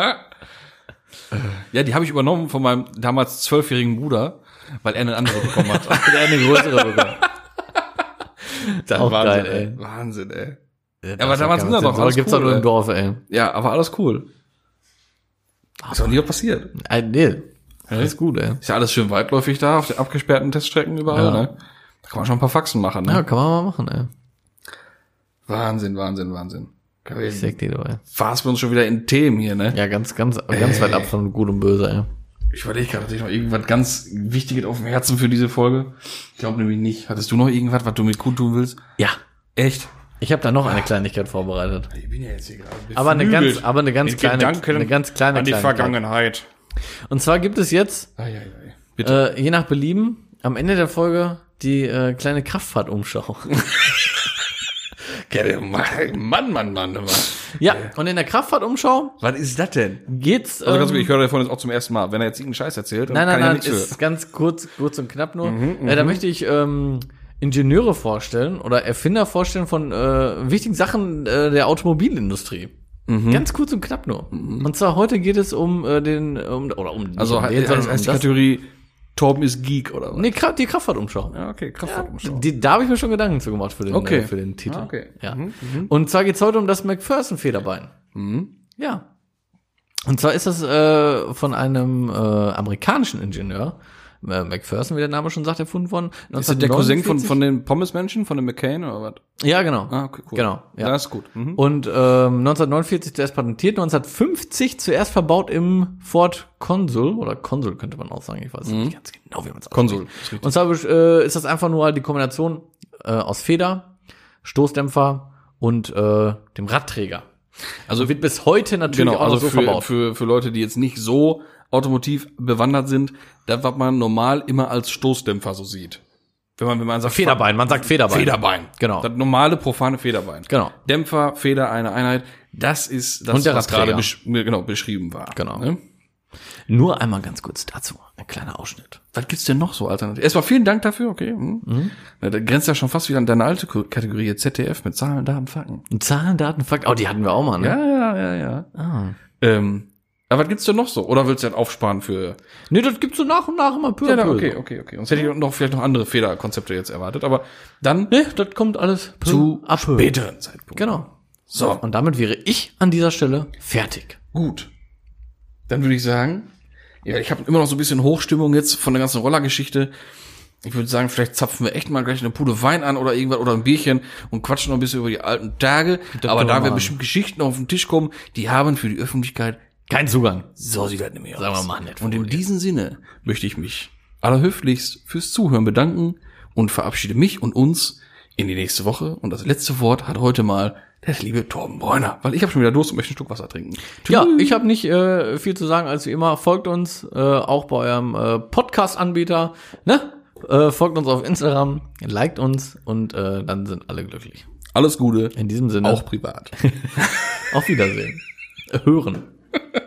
S1: Ja, die habe ich übernommen von meinem damals zwölfjährigen Bruder, weil er eine andere bekommen hat.
S2: Hat er eine größere bekommen.
S1: Dann
S2: Auch
S1: Wahnsinn,
S2: geil,
S1: ey.
S2: ey.
S1: Wahnsinn, ey.
S2: Ja,
S1: aber damals ging das doch,
S2: Aber
S1: alles
S2: gibt's
S1: cool,
S2: doch nur
S1: ey.
S2: im Dorf, ey.
S1: Ja, aber alles cool. Ist auch nie was passiert.
S2: Ey, Äh, nee. Alles gut, ey.
S1: Ist ja alles schön weitläufig da, auf den abgesperrten Teststrecken überall,
S2: Ja.
S1: ne? Da kann man schon ein paar Faxen machen, ne?
S2: Ja, kann man mal machen, ey.
S1: Wahnsinn, Wahnsinn, Wahnsinn.
S2: Ich sag dir doch, ey.
S1: Fahrst wir uns schon wieder in Themen hier, ne?
S2: Ja, ganz, ganz, ganz weit ab
S1: Äh.
S2: von gut und böse, ey.
S1: Ich überlege gerade, hatte ich noch irgendwas ganz Wichtiges auf dem Herzen für diese Folge? Ich glaube nämlich nicht. Hattest du noch irgendwas, was du mir gut tun willst?
S2: Ja.
S1: Echt?
S2: Ich habe da noch eine Kleinigkeit vorbereitet.
S1: Ich bin ja jetzt hier gerade.
S2: Aber eine ganz, aber eine ganz
S1: Mit
S2: kleine,
S1: Gedanken
S2: eine ganz kleine
S1: an die
S2: Kleinigkeit.
S1: Vergangenheit.
S2: Und zwar gibt es jetzt
S1: Ai, ai, ai. Bitte.
S2: äh, je nach Belieben am Ende der Folge die äh, kleine Kraftfahrtumschau.
S1: Äh, Mann, Mann, Mann, Mann. Was
S2: ja, und in der Kraftfahrtumschau
S1: ist das denn?
S2: geht's.
S1: Also ganz
S2: ähm,
S1: gut, ich höre davon jetzt auch zum ersten Mal. Wenn er jetzt irgendeinen Scheiß erzählt, dann
S2: nein, nein,
S1: kann
S2: nein,
S1: ich ja nichts Mhm,
S2: ist ganz kurz, kurz und knapp nur. äh, da möchte ich ähm, Ingenieure vorstellen oder Erfinder vorstellen von äh, wichtigen Sachen äh, der Automobilindustrie.
S1: Mhm.
S2: Ganz kurz und knapp nur. Und zwar heute geht es um äh, den, um, oder um,
S1: für. Mhm. Also
S2: um
S1: he-
S2: den,
S1: he- heißt
S2: sondern um
S1: die
S2: das-
S1: Kategorie Torben ist Geek oder was?
S2: Nee, Kra die Kraftfahrtumschau.
S1: Ja, okay, Kraftfahrtumschau.
S2: Die, da habe ich mir schon Gedanken zu gemacht für den,
S1: Okay.
S2: äh, für den Titel.
S1: Ah, okay. mhm.
S2: Ja. Und zwar geht's heute um das McPherson-Federbein. Ja. Und zwar ist das äh, von einem äh, amerikanischen Ingenieur, äh, McPherson, wie der Name schon sagt, erfunden worden.
S1: Ist das der Cousin von, von den Pommes-Menschen, von dem McCain oder was?
S2: Ja, genau.
S1: Ah, okay, cool.
S2: Genau, ja.
S1: Ja. Das ist gut. Mhm.
S2: Und ähm, 1949 zuerst patentiert, 1950 zuerst verbaut im Ford Consul, oder Consul könnte man auch sagen, ich weiß nicht ganz genau, wie man es
S1: Konsul,
S2: ausspricht.
S1: Mhm. ist richtig.
S2: Und zwar äh, ist das einfach nur die Kombination äh, aus Feder, Stoßdämpfer und äh, dem Radträger. Also wird bis heute natürlich
S1: Genau,
S2: auch
S1: also
S2: noch so
S1: für,
S2: verbaut.
S1: für, für Leute, die jetzt nicht so automotiv bewandert sind, das, was man normal immer als Stoßdämpfer so sieht. Wenn man, wenn man sagt,
S2: Federbein, man sagt Federbein.
S1: Federbein.
S2: Genau.
S1: Das normale, profane Federbein.
S2: Genau.
S1: Dämpfer, Feder, eine Einheit. Das ist das,
S2: Und der
S1: was gerade
S2: Radträger.
S1: besch mir- genau, beschrieben war.
S2: Genau.
S1: Ne?
S2: Nur einmal ganz kurz dazu, ein kleiner Ausschnitt.
S1: Was gibt's denn noch so alternativ? Erstmal vielen Dank dafür, okay. Hm.
S2: Mhm.
S1: Na, da grenzt ja schon fast wieder an deine alte Ko- Kategorie ZDF mit Zahlen, Daten, Fakten.
S2: Und Zahlen, Daten, Fakten. Oh, die hatten wir auch mal, ne?
S1: Ja, ja, ja, ja.
S2: Ah.
S1: Ähm, aber was gibt's denn noch so? Oder willst du das aufsparen für
S2: Nee, das gibt's so nach und nach immer peu
S1: Ja,
S2: à
S1: na,
S2: peu.
S1: okay, okay, okay. Sonst hätte ich noch vielleicht noch andere Fehlerkonzepte jetzt erwartet, aber dann
S2: Nee, das kommt alles
S1: Zu
S2: à peu.
S1: späteren Zeitpunkt.
S2: Genau.
S1: So.
S2: Und damit wäre ich an dieser Stelle fertig.
S1: Gut. Dann würde ich sagen, ja, ich habe immer noch so ein bisschen Hochstimmung jetzt von der ganzen Rollergeschichte. Ich würde sagen, vielleicht zapfen wir echt mal gleich eine Pude Wein an oder irgendwas oder ein Bierchen und quatschen noch ein bisschen über die alten Tage.
S2: Das
S1: aber da
S2: können wir
S1: werden
S2: machen.
S1: bestimmt Geschichten auf den Tisch kommen, die haben für die Öffentlichkeit
S2: Kein Zugang.
S1: So sieht das nämlich aus.
S2: Sagen wir mal nett
S1: Und in diesem Sinne möchte ich mich allerhöflichst fürs Zuhören bedanken und verabschiede mich und uns in die nächste Woche. Und das letzte Wort hat heute mal das liebe Torben Bräuner, weil ich habe schon wieder Durst und möchte ein Stück Wasser trinken.
S2: Ja, ich habe nicht äh, viel zu sagen, als wie immer. Folgt uns äh, auch bei eurem äh, Podcast-Anbieter. Ne? Äh, folgt uns auf Instagram, liked uns und äh, dann sind alle glücklich.
S1: Alles Gute,
S2: In diesem Sinne
S1: auch privat.
S2: auf Wiedersehen. Hören.